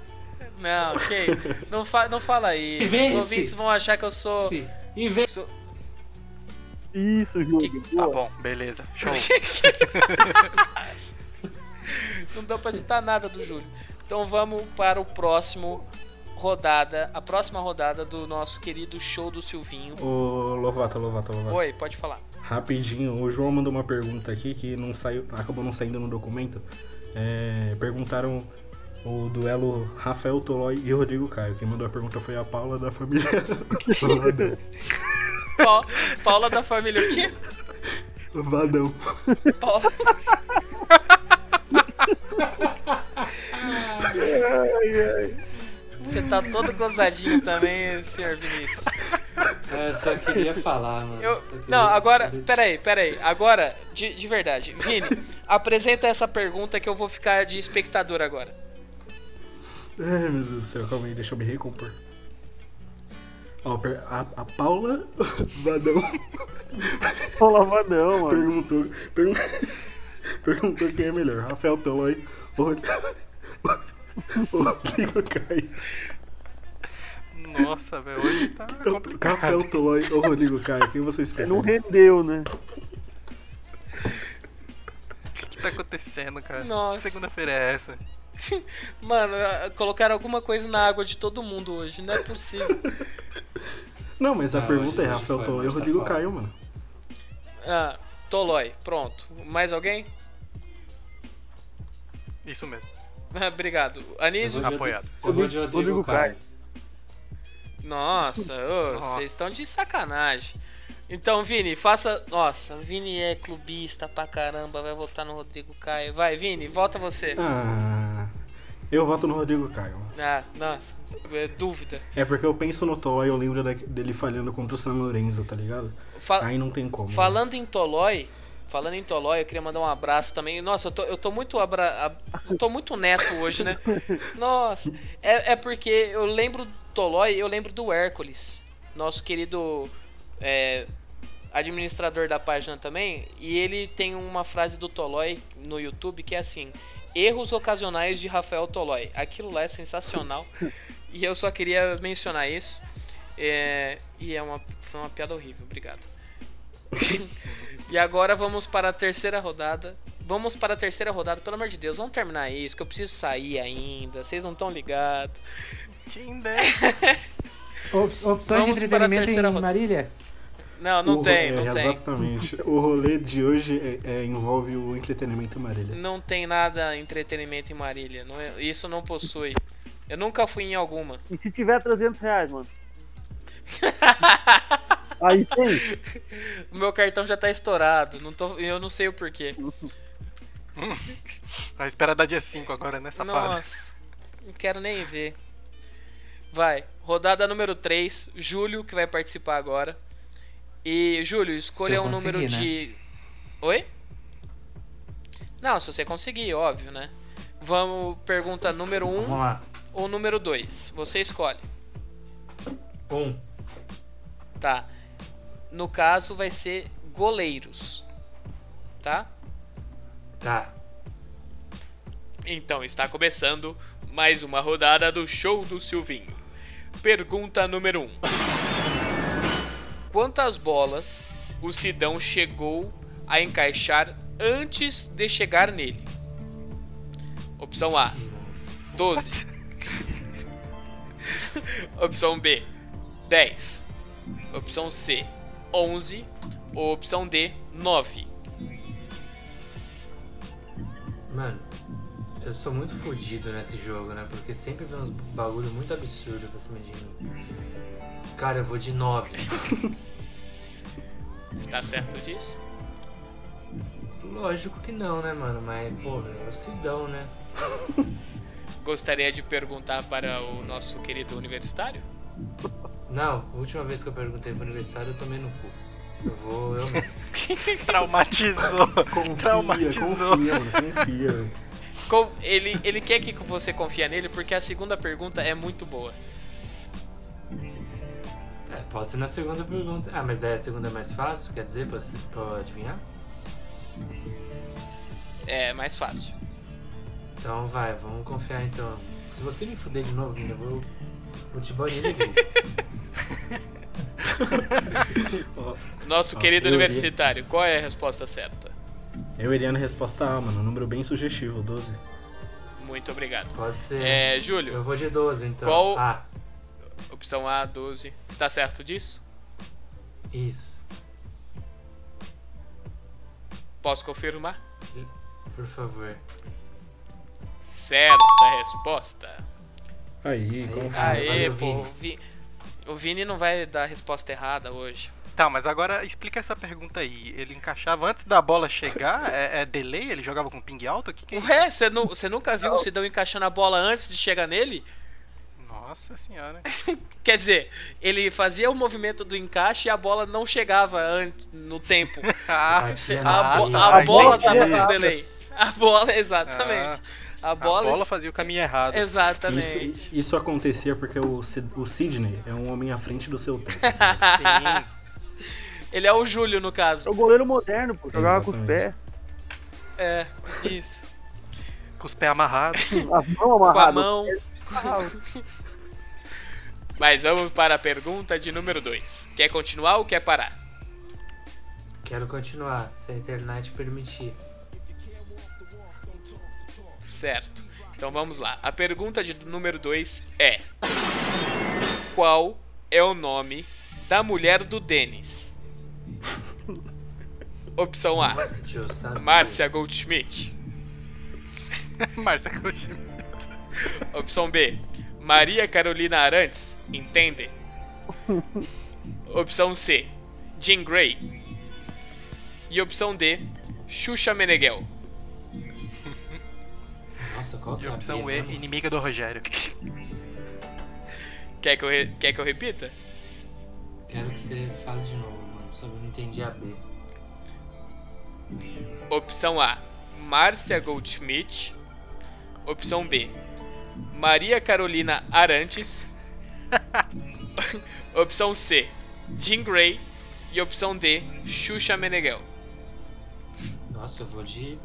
Speaker 1: Não, ok. Não, fa não fala isso.
Speaker 6: Vence.
Speaker 1: Os ouvintes vão achar que eu sou. sou-
Speaker 6: Isso, Júlio.
Speaker 5: Tá bom, beleza. Show.
Speaker 1: Não deu pra citar nada do Júlio. Então vamos para o próximo rodada, a próxima rodada do nosso querido show do Silvinho.
Speaker 2: Ô, Lovato, Lovato, Lovato.
Speaker 1: Oi, pode falar.
Speaker 2: Rapidinho, o João mandou uma pergunta aqui que não saiu, acabou não saindo no documento. É, perguntaram o duelo Rafael Tolói e Rodrigo Caio. Quem mandou a pergunta foi a Paula da família. Vadão.
Speaker 1: Pa- Paula da família o quê?
Speaker 2: Vadão.
Speaker 1: Paula. Você tá todo gozadinho também, senhor Vinícius.
Speaker 4: É, eu só queria falar, mano.
Speaker 1: Eu-
Speaker 4: Só queria-
Speaker 1: não, agora, peraí, peraí. Agora, de, de verdade, Vini, apresenta essa pergunta que eu vou ficar de espectador agora.
Speaker 2: Ai, meu Deus do céu, calma aí, deixa eu me recompor. Ó, per- a, a Paula Vadão.
Speaker 6: Paula Vadão, mano.
Speaker 2: Perguntou, pergun- perguntou quem é melhor, Rafael Tolói ou Rod- ou Rodrigo Caio.
Speaker 5: Nossa, velho, hoje tá complicado.
Speaker 2: Rafael Tolói ou Rodrigo Caio, quem vocês preferem?
Speaker 6: Não rendeu, né?
Speaker 5: O que tá acontecendo, cara?
Speaker 1: Nossa.
Speaker 5: Segunda-feira é essa.
Speaker 1: Mano, ah, colocaram alguma coisa na água de todo mundo hoje, não é possível.
Speaker 2: Não, mas a
Speaker 1: Não,
Speaker 2: pergunta é
Speaker 1: Ah, hoje- hoje
Speaker 2: Rafael
Speaker 1: foi,
Speaker 2: Tolói ou
Speaker 1: hoje tá
Speaker 2: Rodrigo
Speaker 1: foda.
Speaker 2: Caio, mano.
Speaker 1: Ah, Tolói, pronto. Mais alguém?
Speaker 5: Isso mesmo.
Speaker 1: Ah, Obrigado. Anísio?
Speaker 5: Apoiado.
Speaker 4: Eu vou de Rodrigo, Caio.
Speaker 1: Nossa, ô,
Speaker 4: Nossa.
Speaker 1: vocês estão de sacanagem. Então, Vini, faça. Nossa, Vini é clubista pra caramba, vai votar no Rodrigo Caio. Vai, Vini, volta você.
Speaker 2: Ah, eu voto no Rodrigo Caio. mano.
Speaker 1: Ah, nossa, é dúvida.
Speaker 2: É porque eu penso no Tolói, eu lembro da- dele falhando contra o San Lorenzo, tá ligado?
Speaker 1: Fa-
Speaker 2: Aí não tem como. né?
Speaker 1: Falando em Tolói, falando em Tolói, eu queria mandar um abraço também. Nossa, eu tô, eu tô muito abra... ab- eu tô muito neto hoje, né? Nossa, é, é porque eu lembro do Tolói, eu lembro do Hércules, nosso querido é, administrador da página também, e ele tem uma frase do Tolói no YouTube que é assim: erros ocasionais de Rafael Tolói. Aquilo lá é sensacional. E eu só queria mencionar isso. É, e é uma, foi uma piada horrível, obrigado. E agora vamos para a terceira rodada. Vamos para a terceira rodada, pelo amor de Deus, vamos terminar isso, que eu preciso sair ainda, vocês não estão ligados.
Speaker 5: Tinder.
Speaker 13: Op- opções de
Speaker 1: Vamos para a
Speaker 13: entretenimento
Speaker 1: terceira
Speaker 13: em
Speaker 1: roda-
Speaker 13: Marília?
Speaker 1: Não, não
Speaker 2: O-
Speaker 1: tem,
Speaker 2: é,
Speaker 1: não tem.
Speaker 2: Exatamente. O rolê de hoje é- é, envolve o entretenimento Marília.
Speaker 1: Não tem nada entretenimento em Marília, não é- isso não possui. Eu nunca fui em alguma.
Speaker 6: E se tiver 300 reais, mano? Aí tem.
Speaker 1: O meu cartão já tá estourado, não tô, eu não sei o porquê.
Speaker 5: Vai esperar dar dia 5 agora, né, safado?
Speaker 1: Nossa, não quero nem ver. Vai, rodada número 3, Júlio, que vai participar agora. E, Júlio,
Speaker 4: Se
Speaker 1: escolha
Speaker 4: eu
Speaker 1: um número
Speaker 4: conseguir, né?
Speaker 1: de. Oi? Não, se você conseguir, óbvio, né? Vamos, pergunta número 1
Speaker 4: Vamos lá.
Speaker 1: ou número 2. Você escolhe.
Speaker 4: Um.
Speaker 1: Tá. No caso, vai ser goleiros. Tá?
Speaker 4: Tá.
Speaker 1: Então está começando mais uma rodada do Show do Silvinho. Pergunta número 1. Quantas bolas o Sidão chegou a encaixar antes de chegar nele? Opção A: 12. Opção B: 10. Opção C: 11. Ou opção D: 9.
Speaker 4: Mano, eu sou muito fodido nesse jogo, né? Porque sempre vem uns bagulho muito absurdo pra cima de mim. Cara, eu vou de 9.
Speaker 1: Está certo disso?
Speaker 4: Lógico que não, né, mano? Mas, pô, é o Sidão, né?
Speaker 1: Gostaria de perguntar para o nosso querido universitário?
Speaker 4: Não, a última vez que eu perguntei pro aniversário eu tomei no cu. Eu vou, eu mesmo.
Speaker 5: Traumatizou. Traumatizou.
Speaker 2: confia, mano, confia. velho.
Speaker 1: Com- ele, ele quer que você confie nele porque a segunda pergunta é muito boa.
Speaker 4: É, posso ir na segunda pergunta. Ah, mas daí a segunda é mais fácil, quer dizer, pra, você- pra eu adivinhar?
Speaker 1: É mais fácil.
Speaker 4: Então vai, vamos confiar então. Se você me fuder de novo, menino, eu vou, vou te banir do grupo.
Speaker 1: Nosso
Speaker 2: Ó,
Speaker 1: querido
Speaker 2: eu iria-
Speaker 1: universitário, qual é a resposta certa?
Speaker 2: Eu iria na resposta A, mano. Um número bem sugestivo, 12.
Speaker 1: Muito obrigado.
Speaker 4: Pode ser.
Speaker 1: É, Júlio.
Speaker 4: Eu vou de 12, então.
Speaker 1: Qual.
Speaker 4: A.
Speaker 1: Opção A, 12. Está certo disso?
Speaker 4: Isso.
Speaker 1: Posso confirmar?
Speaker 4: Por favor.
Speaker 1: Certa resposta.
Speaker 2: Aí, como
Speaker 1: Aê, pô. O Vi- o Vini não vai dar a resposta errada hoje.
Speaker 5: Tá, mas agora explica essa pergunta aí. Ele encaixava antes da bola chegar? é, é delay? Ele jogava com ping alto? O que que é
Speaker 1: Ué, você nu- você nunca viu o Sidão encaixando a bola antes de chegar nele?
Speaker 5: Nossa senhora.
Speaker 1: Quer dizer, ele fazia o movimento do encaixe e a bola não chegava an- no tempo.
Speaker 5: Ah,
Speaker 4: é
Speaker 1: a, bo-
Speaker 5: ah,
Speaker 1: a bola
Speaker 5: entendi.
Speaker 1: tava com delay. A bola, exatamente.
Speaker 5: Ah,
Speaker 1: a bola,
Speaker 5: fazia o caminho errado.
Speaker 1: Exatamente.
Speaker 2: Isso, isso acontecia porque o, Sid- o Sidney é um homem à frente do seu tempo.
Speaker 1: Ele é o Júlio, no caso.
Speaker 6: É o goleiro moderno, pô. Jogava com os pés.
Speaker 2: Exatamente.
Speaker 1: É, isso.
Speaker 5: Com os pés amarrados.
Speaker 6: As mãos
Speaker 1: Com
Speaker 6: amarradas.
Speaker 1: a mão. Mas vamos para a pergunta de número 2. Quer continuar ou quer parar?
Speaker 4: Quero continuar, se a internet permitir.
Speaker 1: Certo. Então vamos lá. A pergunta de número 2 é: Qual é o nome da mulher do Denis? Opção A:
Speaker 4: Nossa, tio, eu sabia.
Speaker 1: Márcia Goldschmidt.
Speaker 5: Márcia Goldschmidt.
Speaker 1: Opção B: Maria Carolina Arantes. Entende? Opção C: Jean Grey. E opção D: Xuxa Meneghel.
Speaker 4: Nossa, qual que
Speaker 5: E
Speaker 4: é a
Speaker 5: opção E,
Speaker 4: B?
Speaker 5: inimiga do Rogério.
Speaker 1: Quer que eu, re- quer que eu repita?
Speaker 4: Quero que você fale de novo, mano. Só que eu não entendi a B.
Speaker 1: Opção A, Márcia Goldschmidt. Opção B, Maria Carolina Arantes. opção C, Jean Grey. E opção D, Xuxa Meneghel.
Speaker 4: Nossa, eu vou de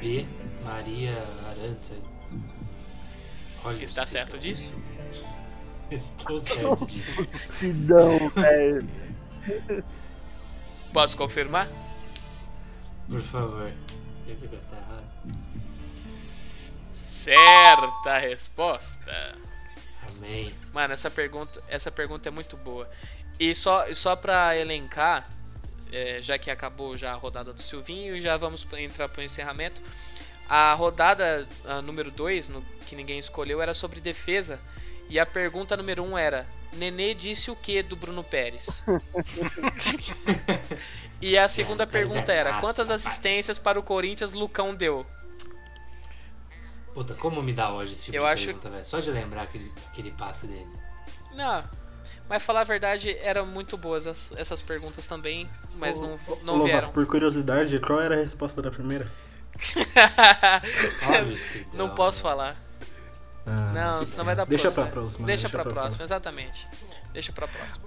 Speaker 4: B, Maria Arantes. aí. Olha
Speaker 1: Está certo disso?
Speaker 4: Estou certo disso.
Speaker 6: Sidão, velho.
Speaker 1: Posso confirmar?
Speaker 4: Por favor. Eu vi que tá errado.
Speaker 1: Certa resposta.
Speaker 4: Amém.
Speaker 1: Mano, essa pergunta, essa pergunta é muito boa. E só, e só pra elencar, é, já que acabou já a rodada do Silvinho, já vamos pra- entrar pro encerramento. A rodada a número 2, que ninguém escolheu, era sobre defesa. E a pergunta número 1 um era: Nenê disse o que do Bruno Pérez? e a segunda
Speaker 4: Bruno Pérez
Speaker 1: pergunta
Speaker 4: é
Speaker 1: era:
Speaker 4: massa,
Speaker 1: Quantas assistências para o Corinthians Lucão deu?
Speaker 4: Puta, como me dá hoje esse tipo
Speaker 1: Eu
Speaker 4: de
Speaker 1: acho-
Speaker 4: pergunta, velho? Só de lembrar aquele, aquele passe dele.
Speaker 1: Não. Mas falar a verdade, eram muito boas as- essas perguntas também, mas não, não
Speaker 2: Lovato,
Speaker 1: vieram.
Speaker 2: por curiosidade, qual era a resposta da primeira?
Speaker 4: Olha esse
Speaker 1: Ah, não
Speaker 4: dão,
Speaker 1: posso falar.
Speaker 2: Ah,
Speaker 1: não,
Speaker 2: que pena.
Speaker 1: senão vai dar
Speaker 2: Deixa
Speaker 1: processo.
Speaker 2: pra próxima,
Speaker 1: Deixa,
Speaker 2: deixa
Speaker 1: pra,
Speaker 2: pra
Speaker 1: próxima, exatamente. Deixa pra próxima.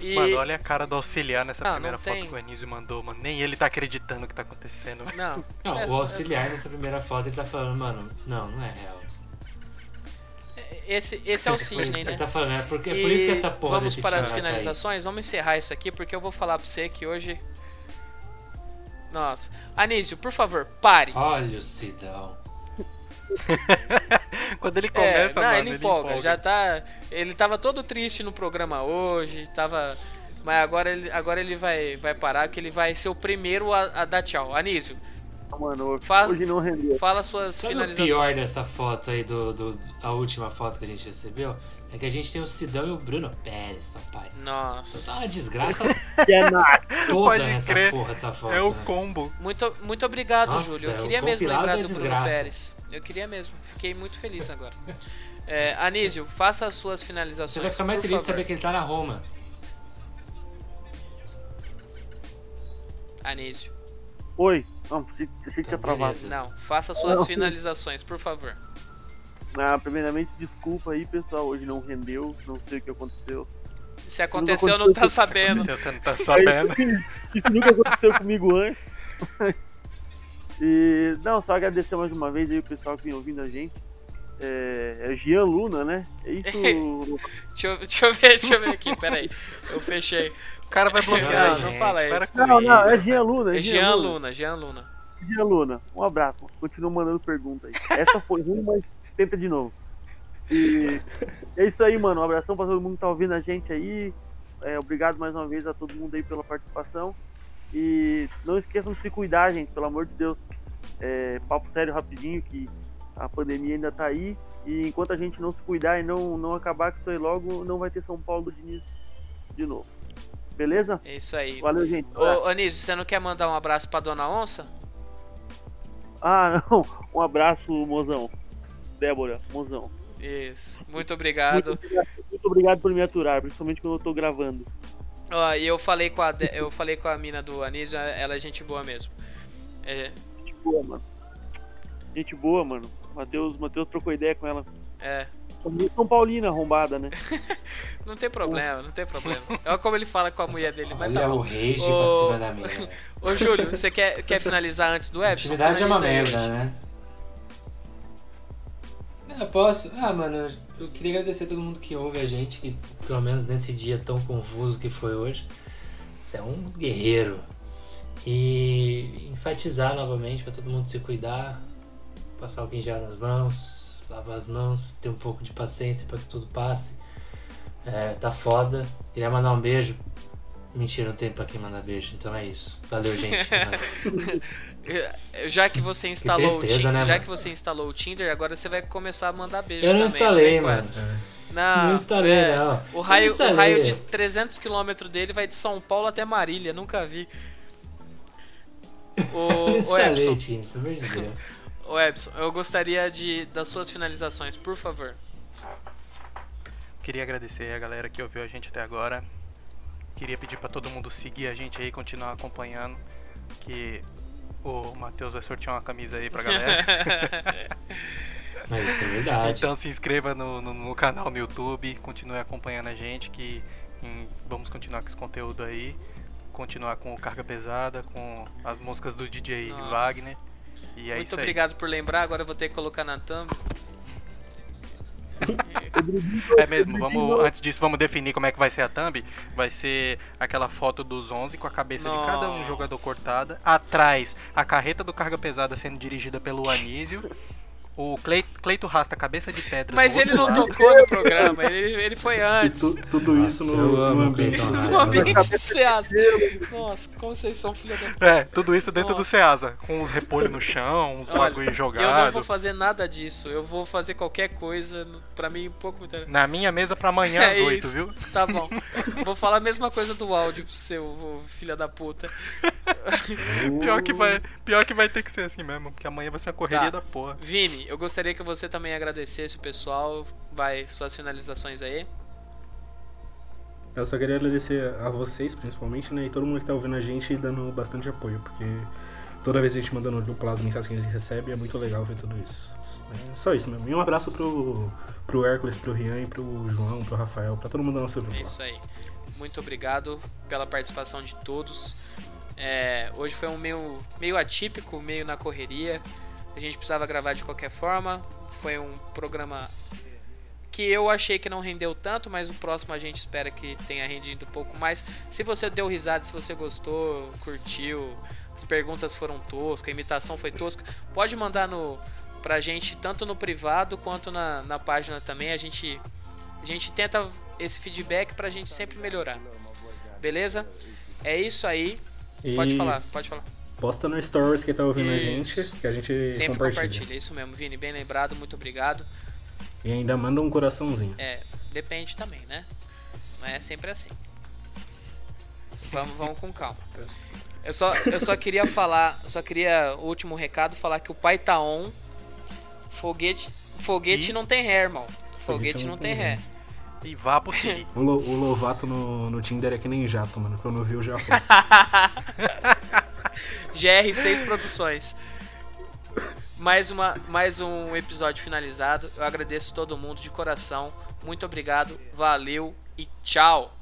Speaker 1: E...
Speaker 5: Mano, olha a cara do auxiliar nessa
Speaker 1: Não,
Speaker 5: primeira
Speaker 1: não
Speaker 5: foto
Speaker 1: tem.
Speaker 5: que o Anísio mandou, mano. Nem ele tá acreditando que tá acontecendo. velho.
Speaker 1: Não.
Speaker 4: Não,
Speaker 1: é
Speaker 4: o
Speaker 1: só-
Speaker 4: auxiliar nessa primeira foto ele tá falando, mano, não, não é real.
Speaker 1: Esse, esse é o Sidney,
Speaker 4: Ele
Speaker 1: né?
Speaker 4: tá falando, é porque- é por isso que essa porra
Speaker 1: Vamos
Speaker 4: desse
Speaker 1: para as
Speaker 4: time vai cair.
Speaker 1: finalizações, vamos encerrar isso aqui, porque eu vou falar pra você que hoje. Nossa. Anísio, por favor, pare.
Speaker 4: Olha o Sidão.
Speaker 5: Quando ele
Speaker 1: É,
Speaker 5: começa,
Speaker 1: não,
Speaker 5: mano,
Speaker 1: ele empolga, já tá. Ele tava todo triste no programa hoje, tava. Mas agora ele, agora ele vai, vai parar, porque ele vai ser o primeiro a, a dar tchau. Anísio,
Speaker 6: Mano,
Speaker 1: Fala-
Speaker 6: hoje não rendeu.
Speaker 1: fala suas
Speaker 4: Sabe o
Speaker 1: finalizações.
Speaker 4: pior dessa foto aí, do, do- a última foto que a gente recebeu? É que a gente tem o Sidão e o Bruno Pérez, papai.
Speaker 1: Nossa.
Speaker 4: Tá uma desgraça
Speaker 6: é
Speaker 4: toda
Speaker 5: Pode
Speaker 4: nessa
Speaker 5: crer.
Speaker 4: porra dessa foto.
Speaker 5: É o
Speaker 4: né?
Speaker 5: combo.
Speaker 1: Muito, muito obrigado,
Speaker 4: Nossa,
Speaker 1: Júlio. Eu
Speaker 4: o
Speaker 1: queria mesmo
Speaker 4: compilado
Speaker 1: lembrar
Speaker 4: é
Speaker 1: do Bruno
Speaker 4: desgraça.
Speaker 1: Pérez. Eu queria mesmo. Fiquei muito feliz agora. É, Anísio, faça as suas finalizações.
Speaker 4: Você vai ficar mais
Speaker 1: por
Speaker 4: feliz de
Speaker 1: favor.
Speaker 4: saber que ele tá na Roma.
Speaker 1: Anísio.
Speaker 6: Oi. Não, achei achei que tinha travado.
Speaker 1: Não, faça suas
Speaker 6: Não.
Speaker 1: finalizações, por favor.
Speaker 6: Ah, primeiramente, desculpa aí, pessoal. Hoje não rendeu, não sei o que aconteceu.
Speaker 1: Se aconteceu, não tá sabendo.
Speaker 5: Você não tá
Speaker 6: É isso
Speaker 5: sabendo.
Speaker 6: que- Isso nunca aconteceu comigo antes. E, não, só agradecer mais uma vez aí o pessoal que vem ouvindo a gente. É, é Gian Luna, né? É isso.
Speaker 1: deixa, eu, deixa eu ver, deixa eu ver aqui, peraí. Eu fechei.
Speaker 5: O cara vai bloquear.
Speaker 1: Não, não fala
Speaker 6: Para
Speaker 1: isso.
Speaker 6: com Não, não, é Gian Luna, é
Speaker 1: É
Speaker 6: Gian
Speaker 1: Jean
Speaker 6: Luna.
Speaker 1: Luna, Jean Luna.
Speaker 6: Dia Luna, um abraço. mano. Continua mandando pergunta aí. Essa foi ruim, mas tenta de novo. E é isso aí, mano. Um abração pra todo mundo que tá ouvindo a gente aí. É, obrigado mais uma vez a todo mundo aí pela participação. E não esqueçam de se cuidar, gente, pelo amor de Deus. É, papo sério rapidinho, que a pandemia ainda tá aí. E enquanto a gente não se cuidar e não, não acabar com isso aí logo, não vai ter São Paulo do Diniz de novo. Beleza?
Speaker 1: É isso aí.
Speaker 6: Valeu, gente. Um
Speaker 1: Ô, Anísio, você não quer mandar um abraço pra Dona Onça?
Speaker 6: Ah, não. Um abraço, mozão. Débora, mozão.
Speaker 1: Isso. Muito obrigado.
Speaker 6: Muito obrigado, muito obrigado por me aturar, principalmente quando eu tô gravando.
Speaker 1: Ó, e eu falei com a de- eu falei com a mina do Anísio, ela é gente boa mesmo. É,
Speaker 6: Gente boa, mano. Gente boa, mano. Matheus, Matheus trocou ideia com ela.
Speaker 1: É.
Speaker 6: São, São Paulina arrombada, né?
Speaker 1: não tem problema, não tem problema. Olha como ele fala com a mulher dele, mas
Speaker 4: olha
Speaker 1: tá bom.
Speaker 4: o rage pra
Speaker 1: Ô-
Speaker 4: cima da mina, velho.
Speaker 1: Ô, Júlio, você quer, quer finalizar antes do Epson?
Speaker 4: Intimidade é uma
Speaker 1: Finaliza aí,
Speaker 4: merda, né? É, Eu posso. Ah, mano, eu queria agradecer a todo mundo que ouve a gente, que pelo menos nesse dia tão confuso que foi hoje, você é um guerreiro. E enfatizar novamente pra todo mundo se cuidar, passar o gel nas mãos, lavar as mãos, ter um pouco de paciência pra que tudo passe. É, tá foda. Queria mandar um beijo. Mentira, não tem pra quem mandar beijo, então é isso. Valeu, gente. É nóis.
Speaker 1: Já que você instalou o
Speaker 4: né? tristeza,
Speaker 1: Tinder,
Speaker 4: né,
Speaker 1: já
Speaker 4: mano?
Speaker 1: que você instalou o Tinder, agora você vai começar a mandar beijo
Speaker 4: Eu não
Speaker 1: também, né,
Speaker 4: instalei,
Speaker 1: vem com essa.
Speaker 4: mano.
Speaker 1: Não,
Speaker 4: Não instalei, né?
Speaker 1: é,
Speaker 4: não.
Speaker 1: O raio,
Speaker 4: Eu não
Speaker 1: o raio de
Speaker 4: instalei.
Speaker 1: 300 km dele vai de São Paulo até Marília, nunca vi.
Speaker 4: Não
Speaker 1: O, o
Speaker 4: instalei,
Speaker 1: Epson,
Speaker 4: Tinder, pelo amor de Deus.
Speaker 1: o Epson, eu gostaria de das suas finalizações, por favor.
Speaker 5: Queria agradecer a galera que ouviu a gente até agora. Queria pedir pra todo mundo seguir a gente aí, continuar acompanhando. Que o Matheus vai sortear uma camisa aí pra galera.
Speaker 4: Mas isso é verdade.
Speaker 5: Então se inscreva no, no- no canal no YouTube, continue acompanhando a gente, que hum, vamos continuar com esse conteúdo aí. Continuar com o Carga Pesada, com as músicas do DJ
Speaker 1: Nossa.
Speaker 5: Wagner. E é
Speaker 1: Muito
Speaker 5: isso aí.
Speaker 1: obrigado por lembrar, agora eu vou ter que colocar na thumb.
Speaker 5: É mesmo, vamos, antes disso vamos definir como é que vai ser a thumb. Vai ser aquela foto dos 11 com a cabeça de cada um jogador cortada. Atrás, a carreta do carga pesada sendo dirigida pelo Anísio. O Clay- Cleito rasta a cabeça de pedra.
Speaker 1: Mas
Speaker 5: do
Speaker 1: ele
Speaker 5: outro
Speaker 1: não
Speaker 5: lado.
Speaker 1: tocou no programa, ele, ele foi antes.
Speaker 2: Tu- tudo isso
Speaker 5: Nossa,
Speaker 2: no,
Speaker 5: eu amo
Speaker 2: no ambiente.
Speaker 5: Cleiton
Speaker 1: No ambiente do Ceasa. Nossa, como vocês são filha da...
Speaker 5: É, tudo isso dentro do Ceasa, com uns repolhos no chão, uns
Speaker 1: Olha,
Speaker 5: bagulho
Speaker 1: Eu não
Speaker 5: jogado.
Speaker 1: vou fazer nada disso, eu vou fazer qualquer coisa, no- pra mim um pouco me interessa.
Speaker 5: Na minha mesa pra amanhã às 8,
Speaker 1: isso.
Speaker 5: viu?
Speaker 1: Tá bom. Vou falar a mesma coisa do áudio pro seu ô, filha da puta.
Speaker 5: Pior que, vai, pior que vai ter que ser assim mesmo, porque amanhã vai ser uma
Speaker 1: Tá.
Speaker 5: correria da porra.
Speaker 1: Vini, eu gostaria que você também agradecesse o pessoal. Vai, suas finalizações aí.
Speaker 2: Eu só queria agradecer a vocês, principalmente, né? E todo mundo que tá ouvindo a gente e dando bastante apoio, porque toda vez que a gente mandando dupla as mensagens que a gente recebe, é muito legal ver tudo isso. É só isso mesmo. E um abraço pro, pro Hércules, pro Rian e pro João, pro Rafael, pra todo mundo da nossa
Speaker 1: É
Speaker 2: dupla.
Speaker 1: isso aí. Muito obrigado pela participação de todos. É, hoje foi um meio, meio atípico, meio na correria. A gente precisava gravar de qualquer forma. Foi um programa que eu achei que não rendeu tanto, mas o próximo a gente espera que tenha rendido um pouco mais. Se você deu risada, se você gostou, curtiu, as perguntas foram toscas, a imitação foi tosca, pode mandar no pra gente tanto no privado quanto na, na página também. A gente a gente tenta esse feedback pra gente sempre melhorar. Beleza? É isso aí. Pode
Speaker 2: E-
Speaker 1: falar, pode falar.
Speaker 2: Posta no Stories quem tá ouvindo
Speaker 1: Isso.
Speaker 2: a gente, que a gente
Speaker 1: Sempre
Speaker 2: compartilha.
Speaker 1: compartilha, isso mesmo, Vini. Bem lembrado, muito obrigado.
Speaker 2: E ainda manda um coraçãozinho.
Speaker 1: É, depende também, né? Não é sempre assim. Vamos, vamos com calma. Eu só, eu só queria falar, só queria, o último recado, falar que o pai tá on. Foguete, foguete não tem ré, irmão. Foguete não tem ré.
Speaker 5: E vá pro seguinte.
Speaker 2: O, Lo- o Lovato no, no Tinder é que nem jato, mano. Quando eu vi, eu já foi.
Speaker 1: GR6 Produções. Mais, uma, mais um episódio finalizado. Eu agradeço todo mundo de coração. Muito obrigado, valeu e tchau.